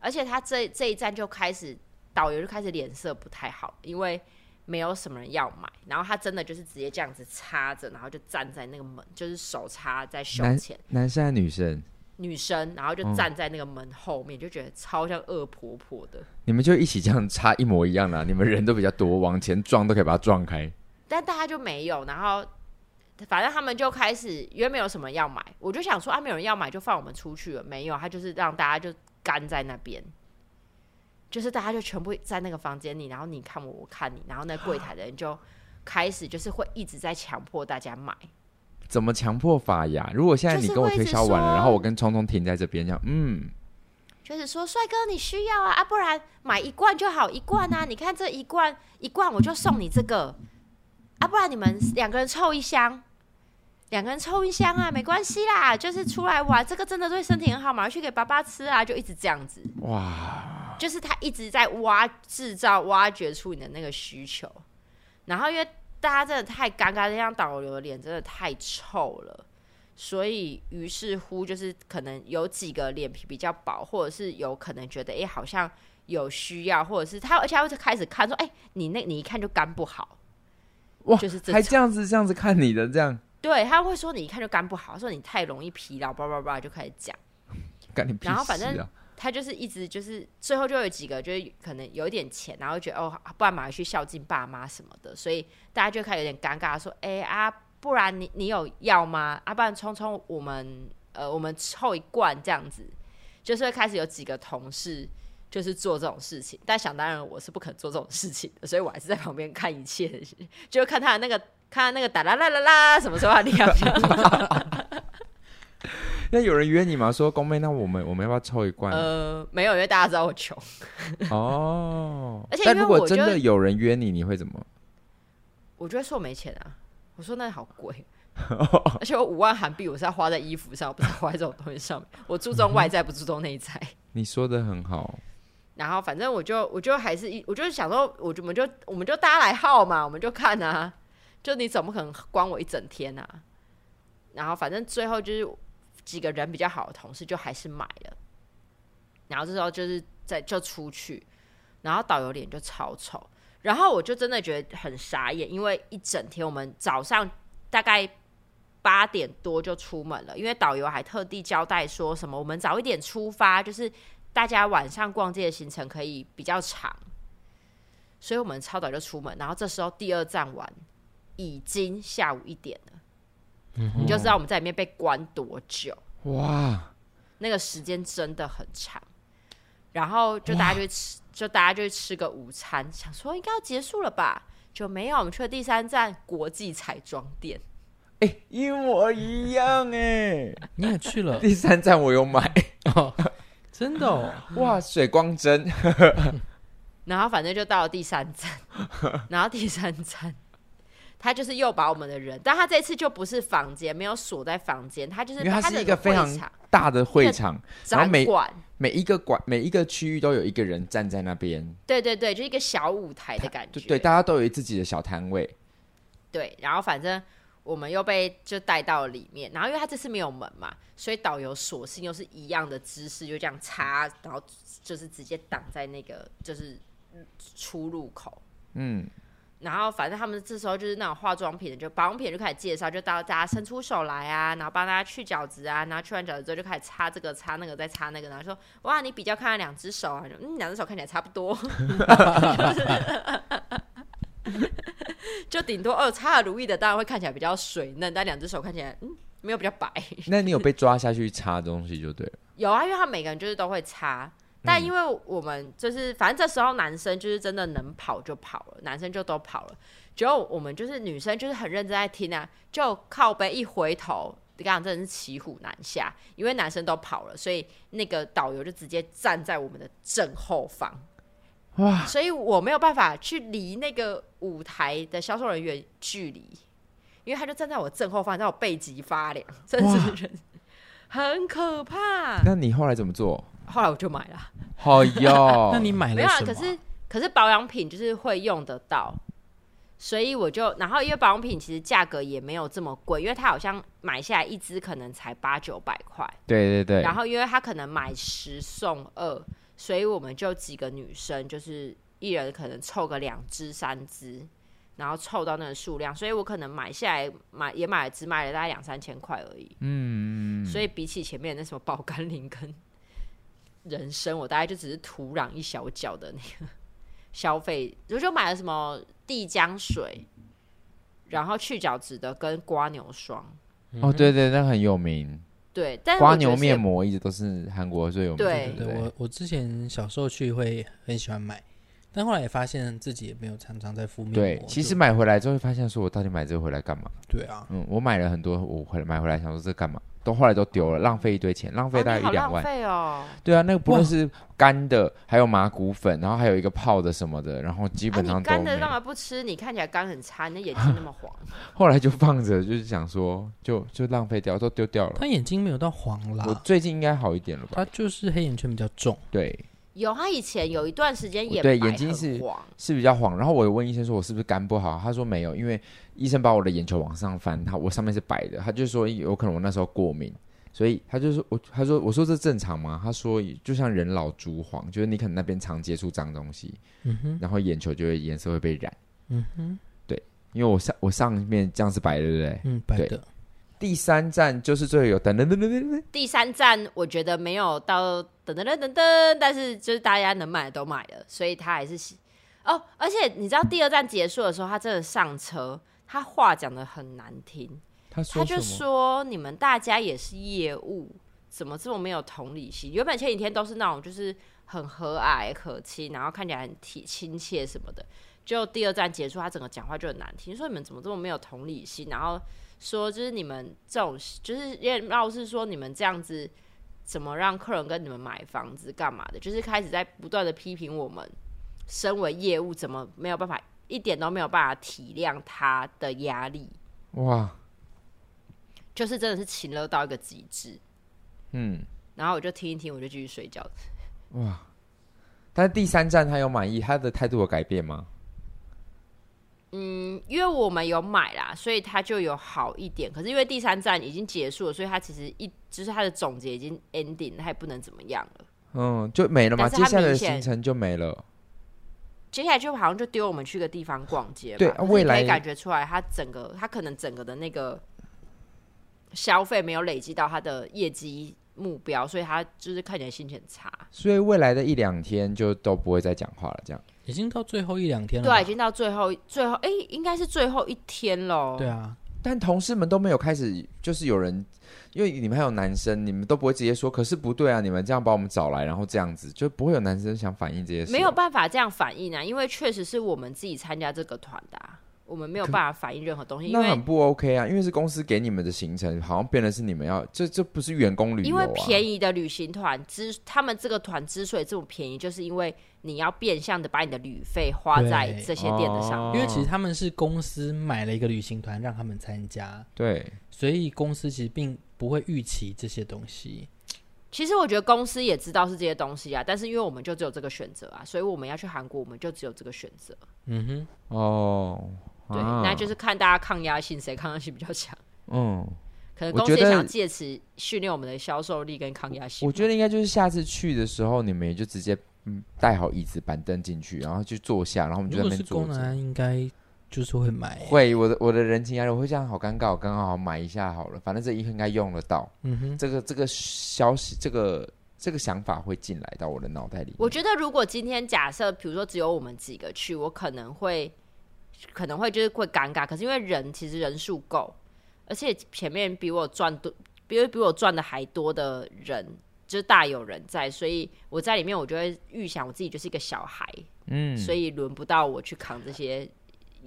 而且他这这一站就开始，导游就开始脸色不太好，因为没有什么人要买，然后他真的就是直接这样子插着，然后就站在那个门，就是手插在胸
男
前，
男生啊还是女生，
女生，然后就站在那个门后面，就觉得超像恶婆婆的。
你们就一起这样插一模一样啦、你们人都比较多，往前撞都可以把它撞开。
但大家就没有，然后反正他们就开始，因为没有什么要买，我就想说啊，没有人要买就放我们出去了，没有，他就是让大家就干在那边，就是大家就全部在那个房间里，然后你看我，我看你，然后那柜台的人就开始就是会一直在强迫大家买，
怎么强迫法呀？如果现在
就
你
是
跟我
会一
推
直
销完了，
说
然后我跟聪聪停在这边，这样，嗯，
就是说，帅哥你需要啊，啊，不然买一罐就好，一罐啊，你看这一罐一罐我就送你这个，啊，不然你们两个人凑一箱，两个人凑一箱啊，没关系啦，就是出来玩，这个真的对身体很好嘛，去给爸爸吃啊，就一直这样子，
哇，
就是他一直在挖制造挖掘出你的那个需求，然后因为大家真的太尴尬，这样导游的脸真的太臭了，所以于是乎就是可能有几个脸皮比较薄，或者是有可能觉得哎、诶好像有需要，或者是他而且他会开始看说哎、诶你那你一看就肝不好，
哇
就是这
还
种
这样子这样子看你的，这样，
对他会说你一看就肝不好，他说你太容易疲劳，叭叭叭就开始讲。
干你屁事
然
啊！
后反正他就是一直就是最后就有几个就是可能有一点钱，然后觉得哦，不然马上去孝敬爸妈什么的，所以大家就开始有点尴尬，说哎、啊，不然你你有要吗？啊，不然冲冲我们呃我们凑一罐这样子，就是会开始有几个同事。就是做这种事情，但想当然我是不肯做这种事情的，所以我还是在旁边看一切， *laughs* 就看他的那个看他那个哒啦啦啦啦什么时候要离开。
那有人约你吗？说公妹，那我们我们要不要抽一
*laughs*
罐？
呃，没有，因为大家知道我穷， *laughs*
哦，
而且
但
因为
如果
我
真
就
的有人约你，你会怎么？
我就会说我没钱啊，我说那好贵，而且我五万韩币我是要花在衣服上，我不是要花在这种东西上面。我注重外在，不注重内在。
你说的很好，
然后反正我就我就还是一，我就想说，我就我们就我们就大家来耗嘛，我们就看啊，就你总不可能关我一整天啊。然后反正最后就是几个人比较好的同事就还是买了，然后这时候就是在就出去，然后导游脸就超丑，然后我就真的觉得很傻眼，因为一整天我们早上大概。八点多就出门了，因为导游还特地交代说什么我们早一点出发，就是大家晚上逛街的行程可以比较长，所以我们超早就出门，然后这时候第二站完已经下午一点了，你就知道我们在里面被关多久，
哇，
那个时间真的很长。然后就大家就去吃，就大家就去吃个午餐，想说应该要结束了吧，就没有，我们去了第三站国际彩妆店。
哎、一模一样哎、
*laughs*
你也去
*laughs*
了
第三站我有买，
哦，真的哦，
哇，水光针，
然后反正就到了第三
*laughs*
站，然后第三站，他就是又把我们的人，但他这次就不是房间，没有锁在房间，他就是
因为它
他
是
的
一个非常
会场
大的会场，然后
展
每
馆，
每一个馆每一个区域都有一个人站在那边，
对对对，就一个小舞台的感
就
觉，
对，大家都有自己的小摊位，
对，然后反正我们又被就带到里面，然后因为他这次没有门嘛，所以导游索性又是一样的姿势，就这样插，然后就是直接挡在那个就是出入口。
嗯，
然后反正他们这时候就是那种化妆品的，就保养品就开始介绍，就到大家伸出手来啊，然后帮大家去角质啊，然后去完角质之后就开始擦这个擦那个再擦那个，然后说哇你比较看了两只手啊，就嗯两只手看起来差不多， *laughs* 就顶多哦擦了如意的当然会看起来比较水嫩，但两只手看起来嗯没有比较白，
那你有被抓下去插东西就对了，
有啊，因为他每个人就是都会擦，嗯但因为我们就是反正这时候男生就是真的能跑就跑了，男生就都跑了，结果我们就是女生就是很认真在听啊，就靠背一回头。你刚刚真的是骑虎难下，因为男生都跑了，所以那个导游就直接站在我们的正后方，
哇，
所以我没有办法去离那个舞台的销售人员距离，因为他就站在我正后方，让我背脊发凉，真的是人很可怕。
那你后来怎么做？
后来我就买了，
好哟，
*laughs*
那你买
没
了
有啊。
什么
可
啊？
是可是保养品就是会用得到，所以我就然后因为保养品其实价格也没有这么贵，因为它好像买下来一支可能才八九百块，
对对对，
然后因为它可能买十送二，所以我们就几个女生就是一人可能凑个两支三支。然后凑到那个数量，所以我可能买下来买也买只买了大概两三千块而已。
嗯，
所以比起前面那什么爆甘霖跟人参，我大概就只是土壤一小角的那个消费，我就买了什么地浆水，然后去角质的跟刮牛霜，
嗯
哦，对对，那很有名，
对，但是
瓜
我觉得
牛
是
面膜一直都是韩国最有名的，
对
不
对
对？
我我之前小时候去会很喜欢买，但后来也发现自己也没有常常在敷面膜。
对，其实
就
买回来之后发现，说我到底买这个回来干嘛？
对啊，
嗯，我买了很多，我回来买回来想说这干嘛？都后来都丢了，浪费一堆钱，浪费
哦
大
你
概
好
一两
浪
万。
费哦，
对啊，那个不论
哇
是干的，还有麻古粉，然后还有一个泡的什么的，然后基
啊，
本上
你
都
干
没
的干
有。
嘛不吃？你看起来肝很差，你的眼睛那么黄， *laughs*
后来就放着，就是想说，就就浪费掉，都丢掉了。
他眼睛没有到黄
我
啦，
最近应该好一点了吧
他？就是黑眼圈比较重。
对，
有他以前有一段时间也
对
白
眼睛
很
是
黄，
是比较黄。然后我有问医生说我是不是肝不好，他说没有，因为医生把我的眼球往上翻，他我上面是白的，他就说有可能我那时候过敏，所以他就说我他说我说这正常吗？他说就像人老珠黄，就是你可能那边常接触脏东西，
嗯哼，
然后眼球就会颜色会被染。
嗯哼，
因为我上我上面这样是白的，对不对？
嗯，白
对
的。
第三站就是最有噔噔噔噔噔噔，
第三站我觉得没有到噔噔噔噔噔，但是就是大家能买的都买了，所以他还是喜哦。而且你知道第二站结束的时候，他真的上车，他话讲的很难听，
他说
他
什
就
么？
说你们大家也是业务，怎么这么没有同理心？原本前几天都是那种就是很和蔼可亲，然后看起来很体亲切什么的，就第二站结束，他整个讲话就很难听，说你们怎么这么没有同理心？然后说就是你们这种，就是也老是说你们这样子，怎么让客人跟你们买房子干嘛的？就是开始在不断的批评我们，身为业务怎么没有办法，一点都没有办法体谅他的压力。
哇，
就是真的是勤劳到一个极致。
嗯
然后我就听一听，我就继续睡觉。
哇。但是第三站他有满意，他的态度有改变吗？
嗯，因为我们有买啦，所以它就有好一点。可是因为第三站已经结束了，所以它其实一就是它的总结已经 ending，它也不能怎么样了。
嗯，就没了吗？
但
接
是他
下来的
明显
行程就没了。
接下来就好像就丢我们去个地方逛街嘛，
对啊
可是你
未来
可以感觉出来，它整个它可能整个的那个消费没有累积到它的业绩目标，所以它就是看起来心情很差。
所以未来的一两天就都不会再讲话了，这样。
已经到最后一两天了吧。
对，已经到最后最后哎、应该是最后一天喽。
对啊，
但同事们都没有开始，就是有人，因为你们还有男生，你们都不会直接说，可是不对啊，你们这样把我们找来，然后这样子，就不会有男生想反映这些事。
没有，办法这样反应啊，因为确实是我们自己参加这个团的啊、我们没有办法反映任何东西，因
那
为
很不 OK 啊，因为是公司给你们的行程，好像变得是你们要，这这不是员工旅
因
游啊
为，便宜的旅行团之他们这个团之所以这么便宜，就是因为你要变相的把你的旅费花在
对
这些店的上面。
哦
因为其实他们是公司买了一个旅行团让他们参加，
对，
所以公司其实并不会预期这些东西。
其实我觉得公司也知道是这些东西啊，但是因为我们就只有这个选择啊，所以我们要去韩国，我们就只有这个选择。
嗯哼，
哦，
对，
啊
那就是看大家抗压性谁抗压性比较强，
嗯，
可能
我
公司
觉
也
得
想借此训练我们的销售力跟抗压性吧。啊
我觉得应该就是下次去的时候，你们也就直接嗯带好椅子板凳进去，然后去坐下，然后我们就
如
在那
果
边
是
坐
公
着。
男，应该就是会买。
会，我的我的人情压力，我会这样好尴尬，我刚好买一下好了，反正这应该用得到。
嗯哼，
这个这个消息，这个这个想法会进来到我的脑袋里面。
我觉得如果今天假设，比如说只有我们几个去，我可能会可能会就是会尴尬。可是因为人其实人数够，而且前面比我赚多，比比我赚的还多的人，就是大有人在，所以我在里面我就会预想我自己就是一个小孩，
嗯
所以轮不到我去扛这些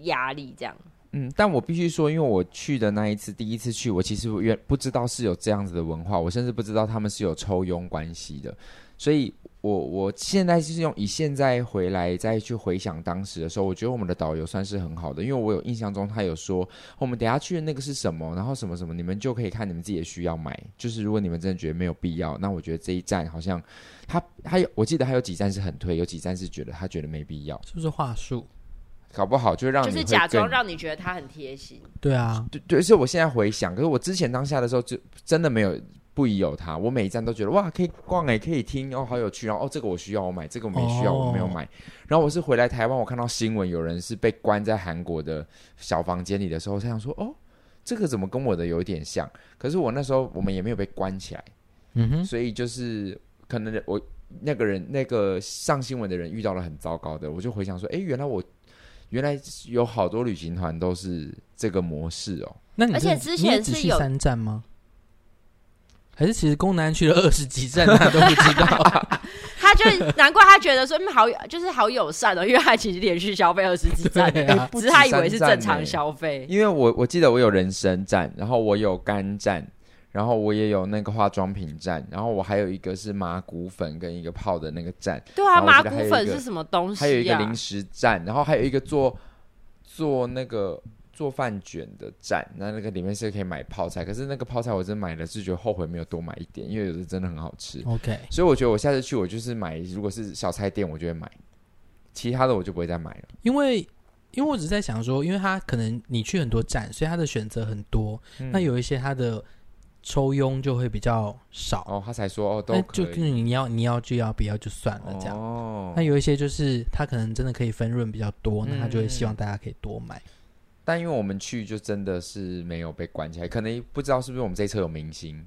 压力。这样，
嗯，但我必须说，因为我去的那一次，第一次去，我其实原不知道是有这样子的文化，我甚至不知道他们是有抽佣关系的，所以我我现在就是用以现在回来再去回想当时的时候，我觉得我们的导游算是很好的，因为我有印象中他有说，哦我们等一下去的那个是什么，然后什么什么，你们就可以看你们自己的需要买，就是如果你们真的觉得没有必要，那我觉得这一站好像他他有，我记得还有几站是很推，有几站是觉得他觉得没必要，
是不是话术？
搞不好就让
就
你
是
会
假装
更
让你觉得他很贴
*laughs*
心。
对啊，
对对，是我现在回想，可是我之前当下的时候就真的没有不疑有他，我每一站都觉得哇，可以逛哎、可以听哦，好有趣，然后哦这个我需要我买，这个我没需要、
哦
我没有买。然后我是回来台湾，我看到新闻有人是被关在韩国的小房间里的时候，我才想说哦，这个怎么跟我的有一点像？可是我那时候我们也没有被关起来，
嗯哼，
所以就是可能我那个人那个上新闻的人遇到了很糟糕的，我就回想说，哎，原来我原来有好多旅行团都是这个模式哦。
那你
而
是
且之
你也
前
只
是
去
有
三站吗？还是其实宫南去了二十几站，他都不
*laughs*
知道。
他就难怪他觉得说嗯好就是好友善哦，因为他其实连续消费二十几站，
对啊
哎不
只
止
是他以为是
三站欸
正
呢
常消费。
因为我我记得我有人参站，然后我有干站，然后我也有那个化妆品站，然后我还有一个是麻古粉跟一个泡的那个站，
对啊，
然后我
麻
记得
古
还有一
粉
个
是什么东西、啊？
还有一个零食站，然后还有一个做做那个做饭卷的站，那那个里面是可以买泡菜，可是那个泡菜我真买了是觉得后悔没有多买一点，因为有的真的很好
哦
吃，
OK，
所以我觉得我下次去我就是买，如果是小菜店我就会买，其他的我就不会再买了。
因为因为我只是在想说，因为他可能你去很多站，所以他的选择很多。
嗯
那有一些他的抽佣就会比较少，
哦，他才说哦都
那
可
就跟
以
你要你要就要，不要就算了这样。
哦
那有一些就是他可能真的可以分润比较多，那他就会希望
嗯
大家可以多买。
但因为我们去就真的是没有被关起来，可能不知道是不是我们这一车有明星，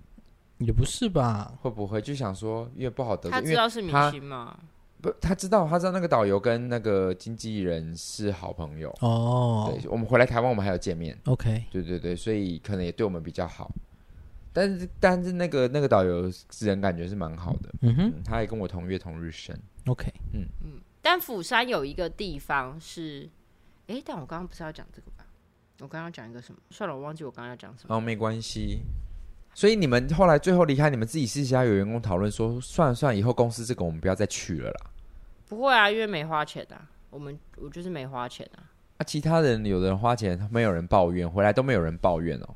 也不是吧？
会不会就想说，因为不好得
他
罪，因
知
为
道是
他
明星吗？
不他知道他知道那个导游跟那个经纪人是好朋友，
哦
对我们回来台湾我们还有见面，
，OK，
对对对，所以可能也对我们比较好。但是但是那个那个导游人感觉是蛮好的，
嗯哼
嗯，他也跟我同月同日生，
，OK，
但釜山有一个地方是，诶，但我刚刚不是要讲这个吧？我刚刚要讲一个什么？算了，我忘记我刚刚要讲什么。
哦没关系。所以你们后来最后离开，你们自己私下有员工讨论说，算了算了，以后公司这个我们不要再去了啦。
不会啊，因为没花钱啊。我们我就是没花钱啊。
啊，其他人有的人花钱，没有人抱怨，回来都没有人抱怨哦。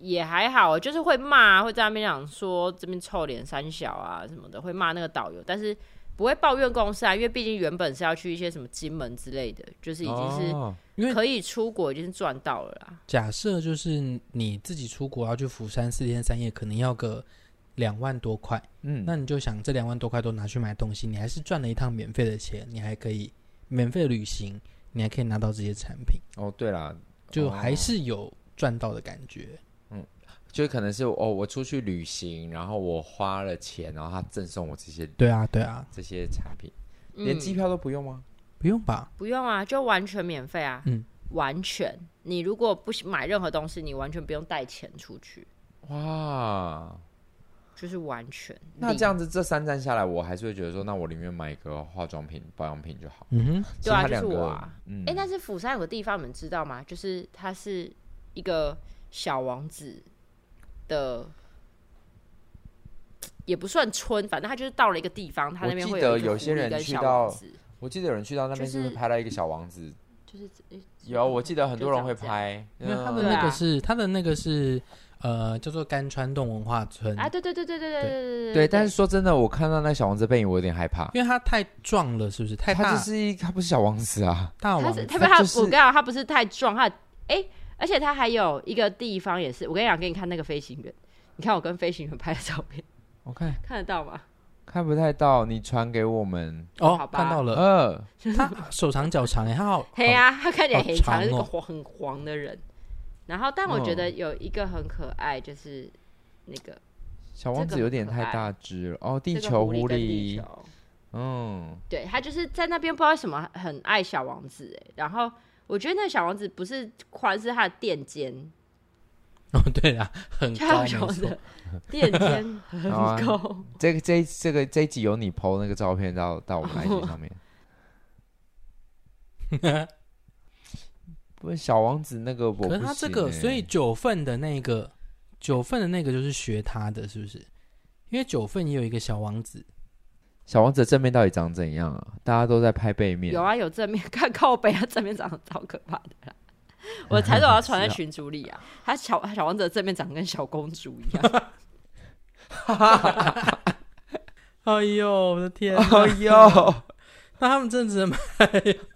也还好啊，就是会骂，会在那边讲说这边臭脸三小啊什么的，会骂那个导游，但是不会抱怨公司啊，因为毕竟原本是要去一些什么金门之类的，就是已经
哦
因为
是可以出国，已经是赚到了啦。
假设就是你自己出国要去釜山四天三夜，可能要个两万多块，
嗯，
那你就想这两万多块都拿去买东西，你还是赚了一趟免费的钱，你还可以免费旅行，你还可以拿到这些产品，
哦，对啦，
就
哦
还是有赚到的感觉。
就可能是哦，我出去旅行，然后我花了钱，然后他赠送我这些
对啊，对啊，
这些产品，连
嗯，
机票都不用吗？
不用吧？
不用啊，就完全免费啊，
嗯
完全。你如果不买任何东西，你完全不用带钱出去，
哇，
就是完全
那
零
这样子这三站下来，我还是会觉得说，那我宁愿买一个化妆品、保养品就好。
嗯哼，
对啊
其他
就是
两个
我啊
嗯，
哎、但是釜山有个地方你们知道吗？就是它是一个小王子的，也不算村，反正它就是到了一个地方，它那边
我记
会
得
一个
有
狐
些
狸
人
跟
去
小
到
王子
我记得有人去到那边，
就是
是不是拍了一个小王子？
就是呃诶
有，我记得很多人会
就长这样 *laughs*
拍，
因为他
嗯
的那
啊
个是他的那个是呃叫做甘川洞文化村，
啊，对对对对对对
对
对
对，但是说真的，我看到那小王子背影，我有点害怕。
因为它太壮了，是不是？太
他
大
就是一，他不是小王子啊，
他
大王
是
子
他不他
就是
我跟你讲，他不是太壮，他哎、而且他还有一个地方也是，我跟你讲，给你看那个飞行员，你看我跟飞行员拍的照片， *laughs*
我看
看得到吗？
看不太到，你传给我们。
好
哦，
吧
看
*laughs*
到了，
呃，
他手长脚长哎，他好
黑，啊，他看起来
好
很长，
长
是个
哦
黄很黄的人。然后，但我觉得有一个很可爱，就是那个
小王
这
子
个
有点
很可
太
爱
大只了。哦，地
这个
球狐
狐狸跟地
狸，
球，
嗯，
对他就是在那边不知道为什么很爱小王子哎。然后我觉得那个小王子不是宽，是他的垫肩，
哦对啦，很
就他
高，
有
没
小王
错
子的垫肩很
好啊
高。
这个这一这个这一集有你 PO 那个照片到到我们 IG 上
*laughs*
面。不是小王子那个我不
可
行欸、
是他这个，所以九份的那个九份的那个就是学他的，是不是？因为九份也有一个小王子，
小王子的正面到底长怎样啊？大家都在拍背面。
有啊， *laughs* 有正面，看靠背，他正面长得超可怕的啦。我 *laughs* 才是我要传在群组里啊，他小小王子的正面长得跟小公主一样。
哎呦我的
*laughs*
天
哎呦，
那他们真的只能买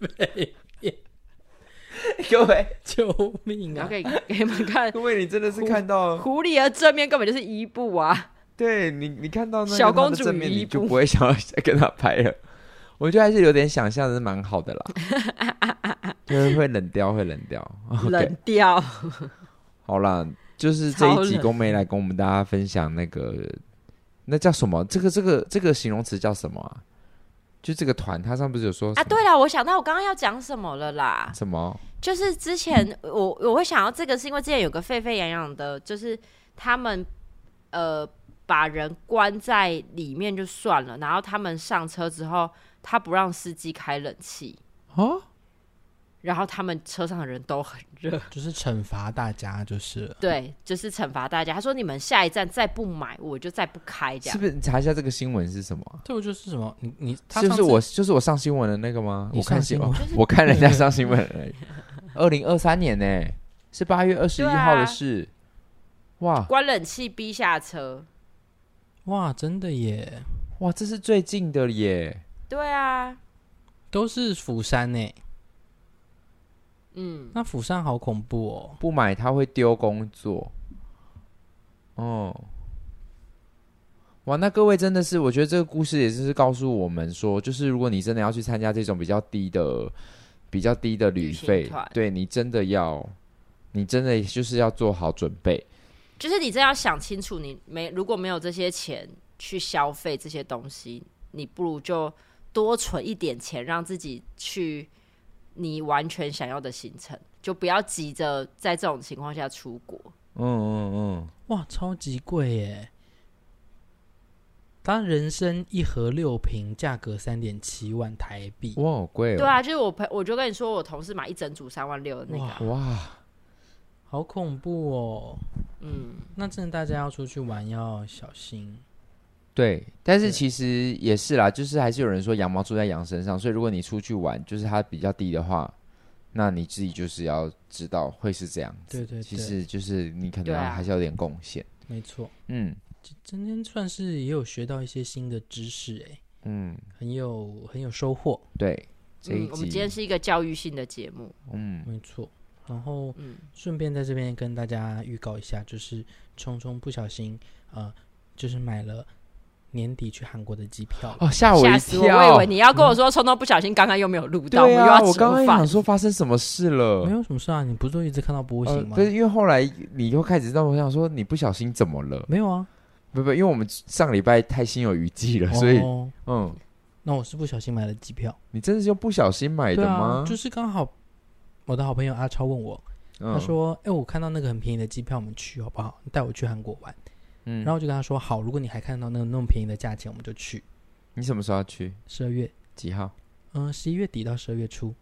*laughs* 各位，
*laughs* 救命
然后
啊！
给 *laughs* 给你们看
各位，你真的是看到，
狐狸的正面根本就是伊布 *laughs* 啊！
对你，你看到那个
小公
他的
主
正面，
与伊
你就
布
不会想要 *laughs* 再跟他拍了。我觉得还是有点想象的，是蛮好的啦，
*laughs*
就是会冷掉，会冷掉。OK，
冷掉， *laughs*
好啦，就是这一集
超冷
公妹来跟我们大家分享那个，那叫什么？这个这个这个形容词叫什么啊？就这个团，他上不是有说
啊！
什么
对了，啊我想到我刚刚要讲什么了啦，
什么？
就是之前我我会想到这个，是因为之前有个沸沸扬扬的，就是他们呃把人关在里面就算了，然后他们上车之后，他不让司机开冷气，
哦，
然后他们车上的人都很热，
就是惩罚大家，就是了
对，就是惩罚大家。他说你们下一站再不买，我就再不开这
是
样。
不是？你查一下这个新闻是什么啊？
这不就是什么？你你他
是不是
上次
我就是我上新闻的那个吗？
你
我看
上新
闻
闻，
我看人家上新闻而
*laughs*
已。二零二三年呢、是八月二十一
对啊
号的事。哇
关冷气逼下车，
哇，真的耶，
哇，这是最近的耶。
对啊，
都是釜山呢。
嗯，
那釜山好恐怖哦！
不买他会丢工作。哦，哇，那各位真的是，我觉得这个故事也就是告诉我们说，就是如果你真的要去参加这种比较低的、比较低的旅
旅行
费
团，
对你真的要，你真的就是要做好准备。
就是你真要想清楚，你没如果没有这些钱去消费这些东西，你不如就多存一点钱，让自己去你完全想要的行程，就不要急着在这种情况下出国。
嗯嗯嗯，
哇，超级贵耶！当人参一盒六瓶，价格三点七万台币。
哇，好贵哦。
对啊，就是我朋，我就跟你说，我同事买一整组三万六的那个啊，
哇，
好恐怖哦！
嗯，
那真的大家要出去玩要小心。
对，但是
对
其实也是啦，就是还是有人说羊毛出在羊身上，所以如果你出去玩，就是它比较低的话，那你自己就是要知道会是这样子。
对对对
其实就是你可能
对啊
还是要有点贡献。
没错，
嗯
今天算是也有学到一些新的知识，哎，
嗯，
很有很有收获。
对，这一
嗯，我们今天
集，
是一个教育性的节目，
嗯，
没错，然后
嗯，
顺便在这边跟大家预告一下，就是聪聪不小心呃，就是买了年底去韩国的机票了。
哦，吓我
吓
一
死我！我以
跳
为！你要跟我说，聪聪不小心刚刚又没有录到，
对
们又
啊，
要
我
吃
刚刚
饭
想。说发生什么事了
没。有什么事啊，你不是都一直看到波
呃
形吗
不？是因为后来你又开始让我想说你不小心怎么了？
没有啊，
不不，因为我们上礼拜太心有余悸了，所以
哦
嗯，
那我是不小心买了机票，
你真的是用不小心买
对
的
啊
吗？，
就是刚好我的好朋友阿超问我，
嗯
他说：“哎、我看到那个很便宜的机票，我们去好不好？你带我去韩国玩。”
嗯
然后我就跟他说好，如果你还看到那个那么便宜的价钱，我们就去。
你什么时候要去？
十二月，
几号？
嗯、十一月底到十二月初，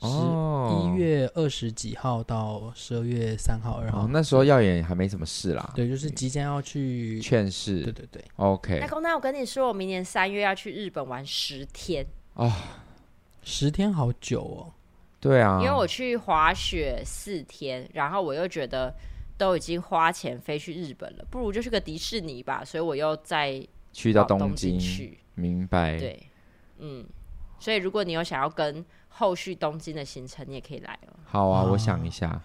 十
哦
一月二十几号到十二月三号、二号、
哦，那时候耀眼还没什么事啦。
对，就是即将要去，
劝
对
世
对对，
，OK
那公那我跟你说，我明年三月要去日本玩十天，
啊，
十天好久哦，
对啊，
因为我去滑雪四天，然后我又觉得都已经花钱飞去日本了，不如就去个迪士尼吧，所以我又再
去到
东
东京，
去。
明白？，
对，嗯，所以如果你有想要跟后续东京的行程，你也可以来哦。
好啊，
哦
我想一下，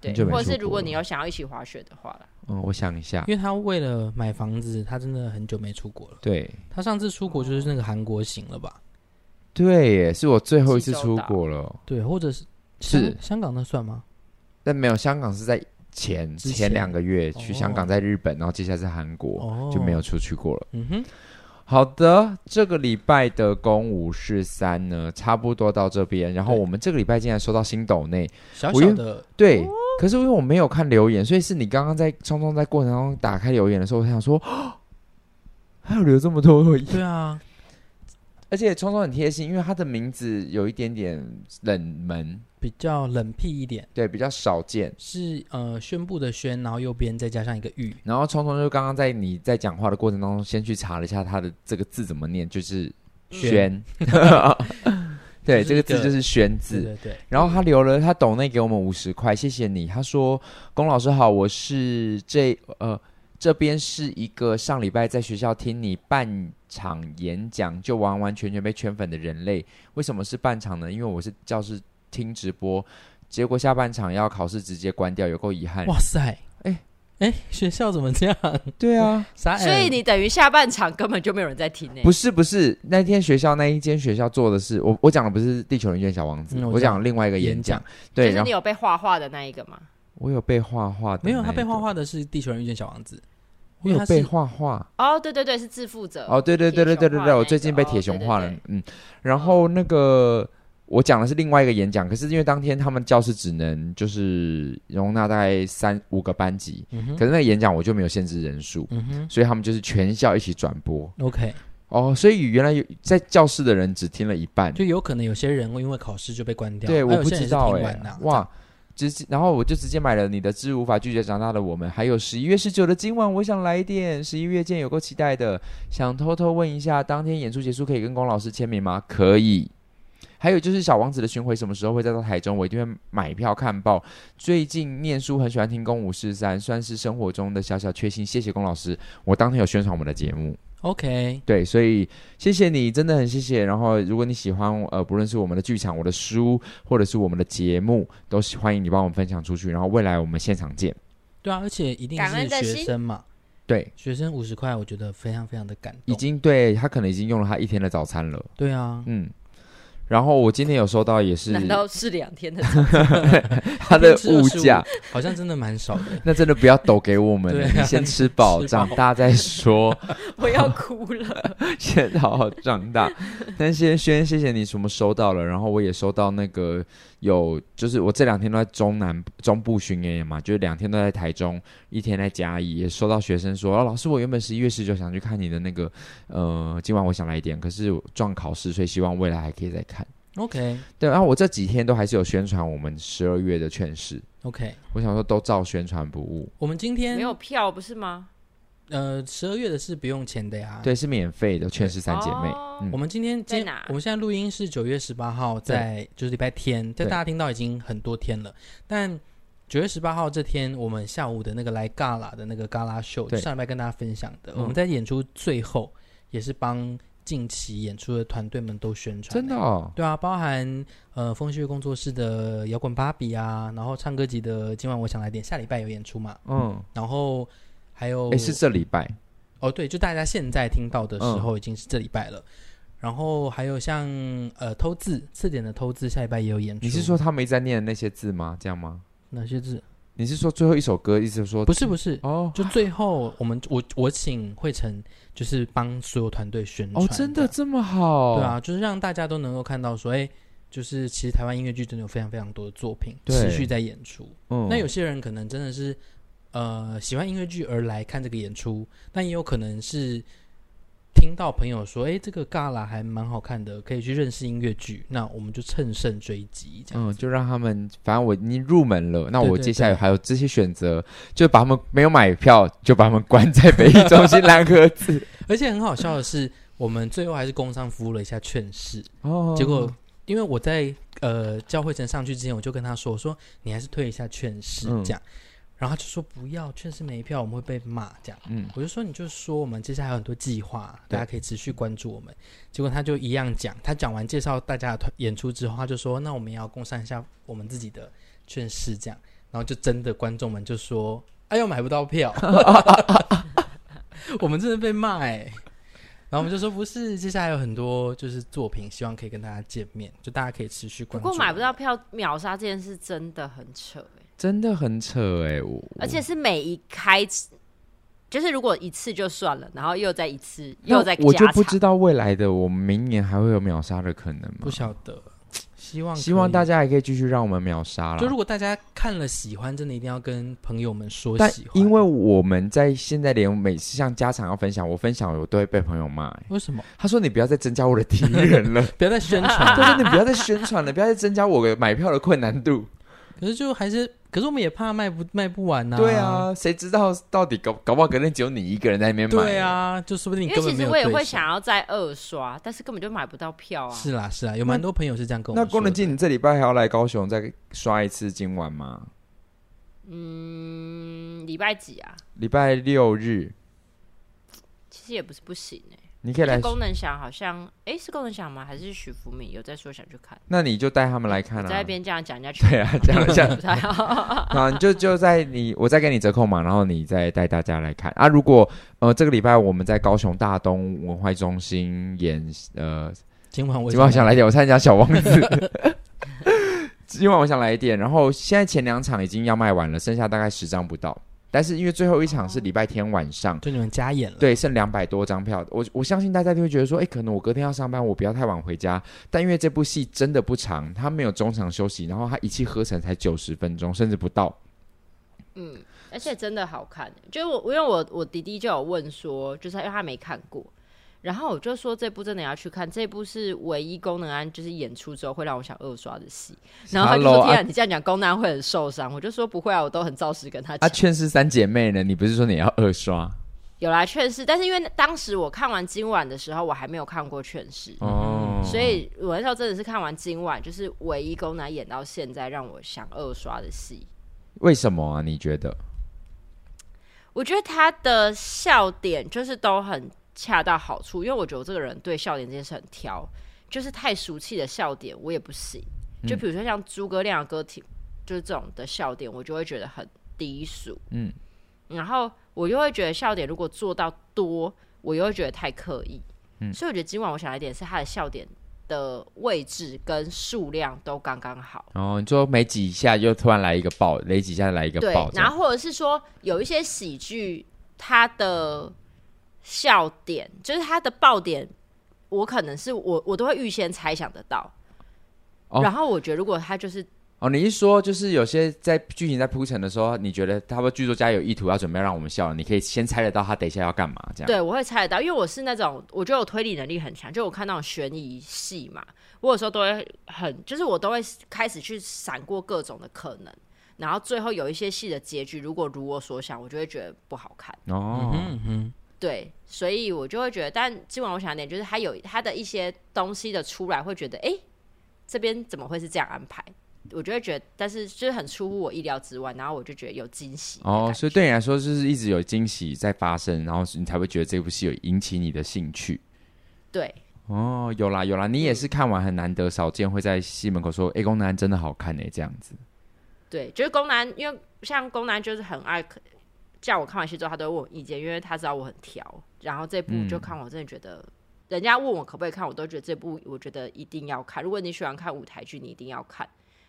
对
很久，没
或者是
出
如
国
果
了
你有想要一起滑雪的话啦，
嗯，我想一下，
因为他为了买房子，他真的很久没出国了。
对
他上次出国就是那个韩国行了吧？
对耶，是我最后一次
济州
出
岛
国了，
对，或者是
是
香香港那算吗？
但没有香港是在前
之前
前两个月去
哦
香港，在日本，然后接下来是韩国，
哦，
就没有。出去过了。
嗯哼，
好的，这个礼拜的公五是三呢，差不多到这边。然后
对
我们这个礼拜竟然收到新斗内，
小
我原
小的
对，可是因为我没有看留言，所以是你刚刚在匆匆在过程中打开留言的时候，我才想说，哦 *gasps* 还有留这么多言，
对啊，
而且匆匆很贴心，因为他的名字有一点点冷门，
比较冷僻一点，
对，比较少见。
是呃宣布的宣，然后右边再加上一个玉，
然后匆匆就刚刚在你在讲话的过程当中，先去查了一下他的这个字怎么念，就是“轩”， *laughs* 对，
就是
这个
一个
字就是“轩”字
对。对对，
然后他留了他抖内给我们五十块，谢谢你。他说：“龚老师好，我是这呃这边是一个上礼拜在学校听你半场演讲就完完全全被圈粉的人类。为什么是半场呢？因为我是教室听直播，结果下半场要考试直接关掉，有够遗憾。
哇塞，
哎
哎，学校怎么这样？
对 *laughs* 啊，
傻眼
所以你等于下半场根本就没有人在听欸呢、
不是不是，那天学校那一间学校做的是我我讲的不是《地球人院小王子》
嗯
我
我知道
讲另外一个演
演
讲
讲，
对，
就是
然
你
后
有被画画的那一个吗？
我有被画画啊的那
没
一个，
有，他被画画的是《地球人遇见小王子》，
我
因为
有
他
被
是
画画。
哦，对对对，是自负者。
哦，对对对对对对
铁熊画
对，
那
我
个
最近被铁
哦
熊
对对
画了，
对
嗯，然后那个我讲的是另外一个演讲，可是因为当天他们教室只能就是容纳大概三五个班级，
嗯
可
哼，
是那个演讲我就没有限制人数，
嗯哼
所以他们就是全校一起转播。
，OK，
哦，所以原来有在教室的人只听了一半，
就有可能有些人会因为考试就被关掉，
对，
还
我
有
不
些人
知
是
道
听
哎、
完的
哇。直接，然后我就直接买了你的《知无法拒绝长大的我们》，还有十一月十九的今晚，我想来一点。十一月见，有够期待的。想偷偷问一下，当天演出结束可以跟龚老师签名吗？可以。还有就是《小王子》的巡回什么时候会再到台中？我一定会买票看报。最近念书很喜欢听《公五四三》，算是生活中的小小确幸。谢谢龚老师，我当天有宣传我们的节目。
，OK，
对，所以谢谢你，真的很谢谢。然后，如果你喜欢呃，不论是我们的剧场、我的书，或者是我们的节目，都喜欢迎你帮我们分享出去。然后，未来我们现场见。
对啊，而且一定
感
是
恩的
学
心
生嘛，
对，
学生五十块，我觉得非常非常的感动，
已经对他可能已经用了他一天的早餐了。
对啊，
嗯，然后我今天有收到也是
难道是两天的？
他的物价，。
好像真的蛮少的
*laughs*
*laughs*
那真的不要抖给我们了，
对啊
你先 *laughs* 吃饱，
吃饱
长大再说。
*laughs* 我要哭
*laughs*
了。
先好好长大。但先轩，谢谢你什么收到了，然后我也收到那个有，就是我这两天都在中南中部巡演嘛，就是两天都在台中，一天在嘉义，也收到学生说，哦、老师，我原本十一月十九想去看你的那个，呃，今晚我想来一点，可是我撞考试，所以希望未来还可以再看。
OK
对，然后我这几天都还是有宣传我们十二月的劝世，
OK，
我想说都照宣传不误，
我们今
没
天
有票不是吗？
呃十二月的是不用钱的呀。，
对，是免费的劝世三姐妹，
哦
嗯
我们今天
在
今
哪
我们现在录音是九月十八号在，就是礼拜天，
对
但大家听到已经很多天了。但九月十八号这天，我们下午的那个来 Gala 的那个 Gala 秀，
对
上礼拜跟大家分享的，
嗯
我们在演出最后也是帮近期演出的团队们都宣传，
真的、哦，
对啊，包含呃风趣工作室的摇滚芭比啊，然后唱歌集的今晚我想来点，下礼拜有演出嘛，
嗯，
然后还有
哎，是这礼拜，
哦对，就大家现在听到的时
嗯
候已经是这礼拜了，然后还有像呃偷字四点的偷字，下礼拜也有演出。
你是说他没在念的那些字吗？这样吗？
哪些字？
你是说最后一首歌，意思说
不是不是，
哦
就最后我们我我请惠成就是帮所有团队宣传
哦，真的哦
这样
这么好？
对，啊，就是让大家都能够看到说，哎，就是其实台湾音乐剧真的有非常非常多的作品
对
持续在演出。
嗯
那有些人可能真的是呃喜欢音乐剧而来看这个演出，但也有可能是听到朋友说，哎，这个旮旯还蛮好看的，可以去认识音乐剧，那我们就乘胜追击，这样。
嗯，就让他们，反正我已经入门了，那
对
我
对
接下来
对
还有这些选择，就把他们没有买票，就把他们关在北艺中
*laughs*
心蓝盒子。
而且很好笑的是，我们最后还是工商服务了一下劝世，
哦
结果因为我在呃教会城上去之前，我就跟他说，我说你还是退一下劝世
嗯
这样，然后他就说不要，劝世没票，我们会被骂这样。
嗯，
我就说你就说我们接下来还有很多计划，
对
大家可以持续关注我们。结果他就一样讲，他讲完介绍大家的团演出之后，他就说那我们也要共上一下我们自己的劝世这样，然后就真的观众们就说哎呦买不到票，我们真的被骂哎、然后我们就说不是，接下来有很多就是作品，希望可以跟大家见面，就大家可以持续
不
关注。
过买不到票秒杀这件事真的很扯、欸
真的很扯哎、我
而且是每一开，就是如果一次就算了，然后又再一次，又再
那我就
加
不
长
知。道未来的我们明年还会有秒杀的可能吗
不？晓得，希望
希望大
家
家还可以继续让我们秒杀
就
啦
如。果大家看了喜欢，真的一定要跟朋友们说
但
喜欢，
因为我们在现在连每次像家常要分享，我分享我都会被朋友骂、欸
为什么？
他说你不要再增加我的敌人
*laughs*
了，
不要再宣
他
传了。
说你不要再宣传了，不要再增加我的买票的困难
*laughs*
度。
可是就还是，可是我们也怕卖不卖不完呐、
对，啊，谁知道到底搞搞不好隔天只有你一个人在那边买？
对，啊，就说不定
因
你
为
根
其
本没
实
有
我也
对
会
手
想要再二刷，但是根本就买不到票啊。
是啦是啦，有蛮多朋友是这样跟我
那
们说
功
的。
能镜，你这礼拜还要来高雄再刷一次今晚吗？
嗯，礼拜几啊？
礼拜六日
其实也不是不行哎、
你可以来
就，功能想好像，哎、是功能想吗？还是许福敏有在说想去看？
那你就带他们来看
我在那
啊。
边这样讲人家去，
对啊，这样这样
不太好。
*laughs* 啊，你就就在你我再给你折扣嘛，然后你再带大家来看啊。如果呃这个礼拜我们在高雄大东文化中心演呃
今晚我
今晚我想来点，我参加小王子。 *laughs* 今晚我想来一点，然后现在前两场已经要卖完了，剩下大概十张不到。但是因为最后一场是礼拜天晚上，
就你们加演了。
对，剩两百多张票。我我相信大家就会觉得说，哎，可能我隔天要上班，我不要太晚回家。但因为这部戏真的不长，它没有中场休息，然后它一气呵成才九十分钟，甚至不到。
嗯，而且真的好看、就是我，因为我我弟弟就有问说，就是因为他没看过，然后我就说这部真的要去看，这部是唯一功能安就是演出之后会让我想二刷的戏。然后他就
Hello，
说：“天
啊
啊，你这样讲功能安会很受伤。”我就说：“不会啊，我都很照实跟他
啊，
讲。
劝世三姐妹呢？你不是说你要二刷？
有啦，劝世，但是因为当时我看完今晚的时候，我还没有看过劝世。
哦，
所以我那时候真的是看完今晚，就是唯一宫南演到现在让我想二刷的戏。
为什么啊？你觉得？
我觉得他的笑点就是都很恰到好处，因为我觉得我这个人对笑点这件事很挑，就是太俗气的笑点我也不行。就比如说像诸葛亮的歌体，就是这种的笑点，我就会觉得很低俗。
嗯，
然后我又会觉得笑点如果做到多，我又会觉得太刻意。嗯，所以我觉得今晚我想来点是他的笑点的位置跟数量都刚刚好。
哦，你说每几下又突然来一个爆，雷几下来一个
对
爆，，这样
然后或者是说有一些喜剧，它的笑点就是它的爆点，我可能是我我都会预先猜想得到。
哦
然后我觉得，如果他就是
哦，你一说就是有些在剧情在铺陈的时候，你觉得他们剧作家有意图要准备让我们笑了，你可以先猜得到他等一下要干嘛，这样。
对我会猜得到，因为我是那种我觉得我推理能力很强，就我看那种悬疑戏嘛，我有时候都会很，就是我都会开始去闪过各种的可能，然后最后有一些戏的结局，如果如我所想，我就会觉得不好看。
哦，
嗯哼，
对，所以我就会觉得，但今晚我想点就是它有它的一些东西的出来，会觉得诶，这边怎么会是这样安排？我就会觉得，但是就是很出乎我意料之外，然后我就觉得有惊喜的
哦
感，
所以
觉
对你来说就是一直有惊喜在发生，然后你才会觉得这部戏有引起你的兴趣。
对
哦，有啦有啦，你也是看完很难得少见，会在戏门口说：“哎、宫南真的好看哎、这样子。
对，就是宫南，因为像宫南就是很爱叫我看完戏之后，他都会问我意见，因为他知道我很挑。然后这部就
嗯
看我真的觉得，人家问我可不可以看，我都觉得这部我觉得一定要看。如果你喜欢看舞台剧，你一定要看。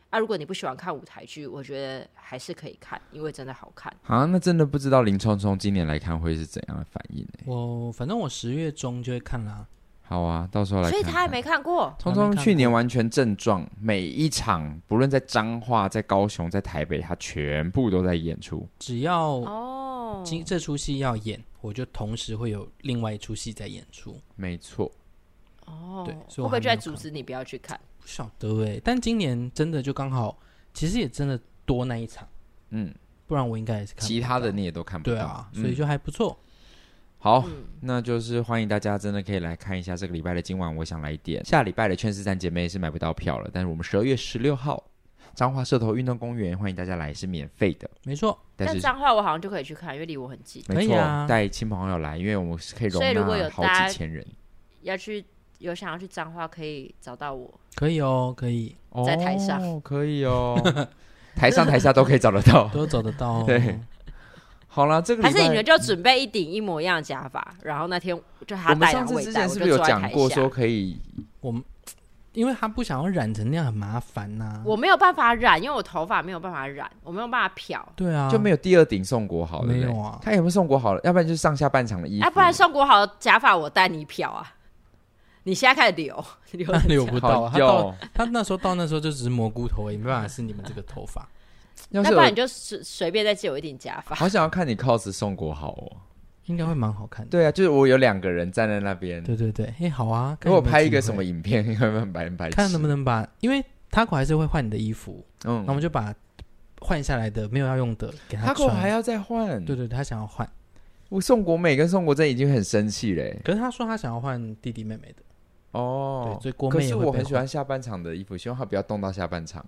啊，如果你不喜欢看舞台剧，我觉得还是可以看，因为真的好看。
啊，那真的不知道林冲冲今年来看会是怎样的反应呢、欸
我反正我十月中就会看啦。
好啊，到时候来看
所
看。
以他还没看过。
聪
还没
聪
看
去
过
年完全症状，每一场不论在彰化、在高雄、在台北，他全部都在演出。
只要
哦，
今这出戏要演，我就同时会有另外一出戏在演出。
没错，
哦，
对
会
所以
不
我
会就在
还没有
阻
看
止你不要去看？
不晓得哎、但今年真的就刚好，其实也真的多那一场，
嗯，
不然我应该也是看不
其他的
到
你也都看不到。
对啊，
嗯
所以就还不错。
好。
嗯，
那就是欢迎大家真的可以来看一下这个礼拜的今晚我想来点。下礼拜的劝世三姐妹是买不到票了，但是我们十二月十六号彰化社头运动公园欢迎大家来，是免费的。
没错，
但
但
是
脏话我好像就可以去看，因为离我很近。
没
可以
错，
啊
带亲朋好友来，因为我们是可以容
所以如果有
纳好
大家
几千人。
要去有想要去脏话，可以找到我。
可以哦，可以
在台上
哦、可以
*laughs*
哦，台上台下都可以找得到。 *laughs*
都走得到、哦。
对，好了，这个礼
还
拜
是你们就准备一顶一模一样的假发，然后那天就
我
他
们
戴，
上
然后
次
我也
之
戴，
前
我
是
就
不是有
坐在
讲
台
过
下
说可以？
我们因为他不想要染成那样，很麻烦呐、
我没有办法染，因为我头发没有办法染，我没有办法漂。
对啊，
就没有第二顶宋国好，对不对
没有啊
*laughs* 看有没有宋国好了，要不然就是上下半场的衣服。
啊，不然宋国豪的假发我带你漂啊！你现在开始留 *laughs* 留着
*laughs*
他
讲
留不到
好
啊，他到
要
他那时候到那时候就只是蘑菇头而已，也没办法是你们这个
*laughs*
头发。
要
那
是
不然你
有
就随随便再借我一顶假发。
好想要看你 cos 宋国好哦。
应该会蛮好看的。
对啊，就是我有两个人站在那边，
对对对，哎、好啊，看
如果
有没有
拍一
机
个
会
什么，影片，会不会很白很白痴？
看能不能把，因为 Taco 还是会换你的衣服，那我
嗯，
们就把换下来的没有要用的给
他
他
跟
穿。
我还要再换。
对，对对，他想要换，
我宋国美跟宋国珍已经很生气嘞。
可是他说他想要换弟弟妹妹的，
嗯哦
对，所以郭
可
妹也
是
会
我
被
很喜
换。
欢下半场的衣服，希望他不要动到下半场。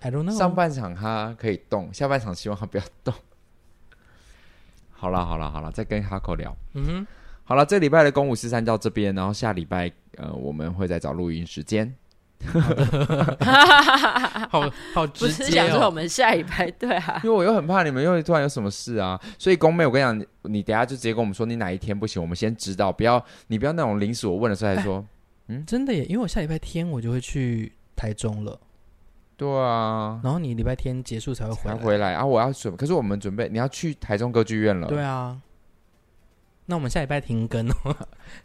I don't know，
上半场他可以动，下半场希望他不要动。 *laughs* 好啦好啦好啦，再跟哈口聊。
嗯哼，
好了，这礼拜的公五十三到这边，然后下礼拜呃我们会再找录音时间。
好
不
好直
是
接
想说我
*laughs*
哦。
们下礼拜对啊，
因为我又很怕你们又突然有什么事啊，所以公妹，我跟你讲，你等一下就直接跟我们说你哪一天不行，我们先知道，不要你不要那种临时我问的时候才说，
哎真的耶，因为我下礼拜天我就会去台中了，
对啊，
然后你礼拜天结束才会回
才
来。
回来啊，我要准，可是我们准备你要去台中歌剧院了，
对啊，那我们下礼拜停更哦。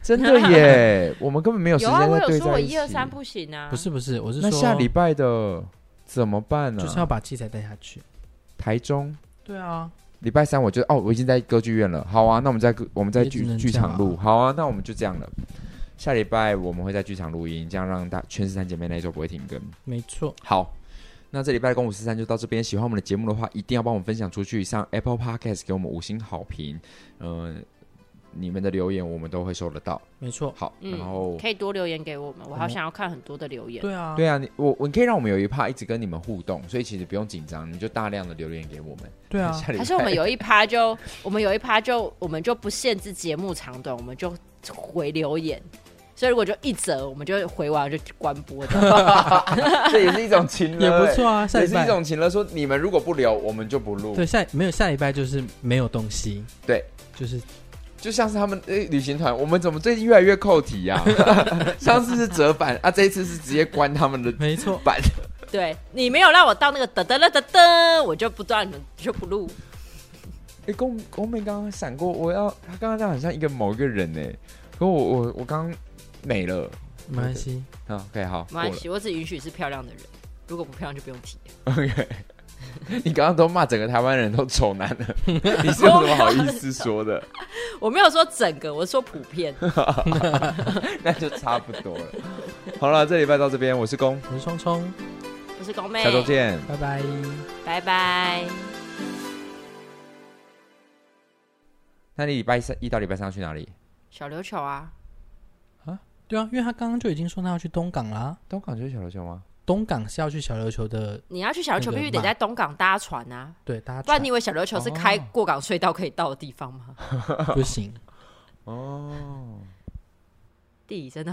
真的
*laughs*
耶，我们根本没有时
有
间
啊，我
再
有
对
说我
在一
一
起。
二三不行啊，
不是不是，我是
那
说
下礼拜的怎么办呢、
就是要把器材带下去。
台中
对啊，
礼拜三我就哦，我已经在歌剧院了。好啊，那我们在歌我们在
也只
剧
能
剧
这样啊
场录。好啊，那我们就这样了。下礼拜我们会在剧场录音，这样让大全十三姐妹那一周不会停更。
没错，
好，那这礼拜的公五四三就到这边。喜欢我们的节目的话，一定要帮我们分享出去，上 Apple Podcast 给我们五星好评。嗯、你们的留言我们都会收得到。
没错，
好，
嗯
然后、
可以多留言给我们，我
哦
好想要看很多的留言。
对啊，
对啊，你我我你可以让我们有一趴一直跟你们互动，所以其实不用紧张，你们就大量的留言给我们。
对啊，
下礼拜
还是我们有一趴就， *laughs* 我们有一趴就，我们就不限制节目长短，我们就回留言。所以如果就一折，我们就回完就关播
*laughs*
的。
这 *laughs* 也是一种情
也
人，
不错啊。下
也
礼
是
拜
一种情了，说你们如果不留，我们就不录。
对，下没有下礼拜就是没有东西，
对，
就是
就像是他们呃旅行团，我们怎么最近越来越扣题呀、啊？ *laughs* 上次是折返啊，这一次是直接关他们的
没错，
版。
对你没有让我到那个噔噔噔噔噔，我就不知道你们就不录。
哎、公公妹刚刚闪过，我要他刚刚这样很像一个某一个人哎、可我我我刚没了
没关系。
啊，OK 好，
没关系，我只允许是漂亮的人，如果不漂亮就不用提。
过了 OK。你刚刚都骂整个台湾人都丑男了，你是有什么好意思说的？
我没有说整个，我说普
*laughs*
遍。
那就差不多了。好了，这礼拜到这边，我是公，
我是聪聪，
我是高妹，
下周，见。
拜拜。
拜拜。
那你礼拜三一到礼拜三要去哪里？
小琉球啊，
对啊，因为他刚刚就已经说他要去东港啦，
东港就是小琉球吗？
东港是要去小琉球的，
你要去小琉球
那个
必须得
嘛
在东港搭船啊，
对，大家
不然你以为小琉球是开
哦
过港隧道可以到的地方吗？
不行。
哦。
地理真的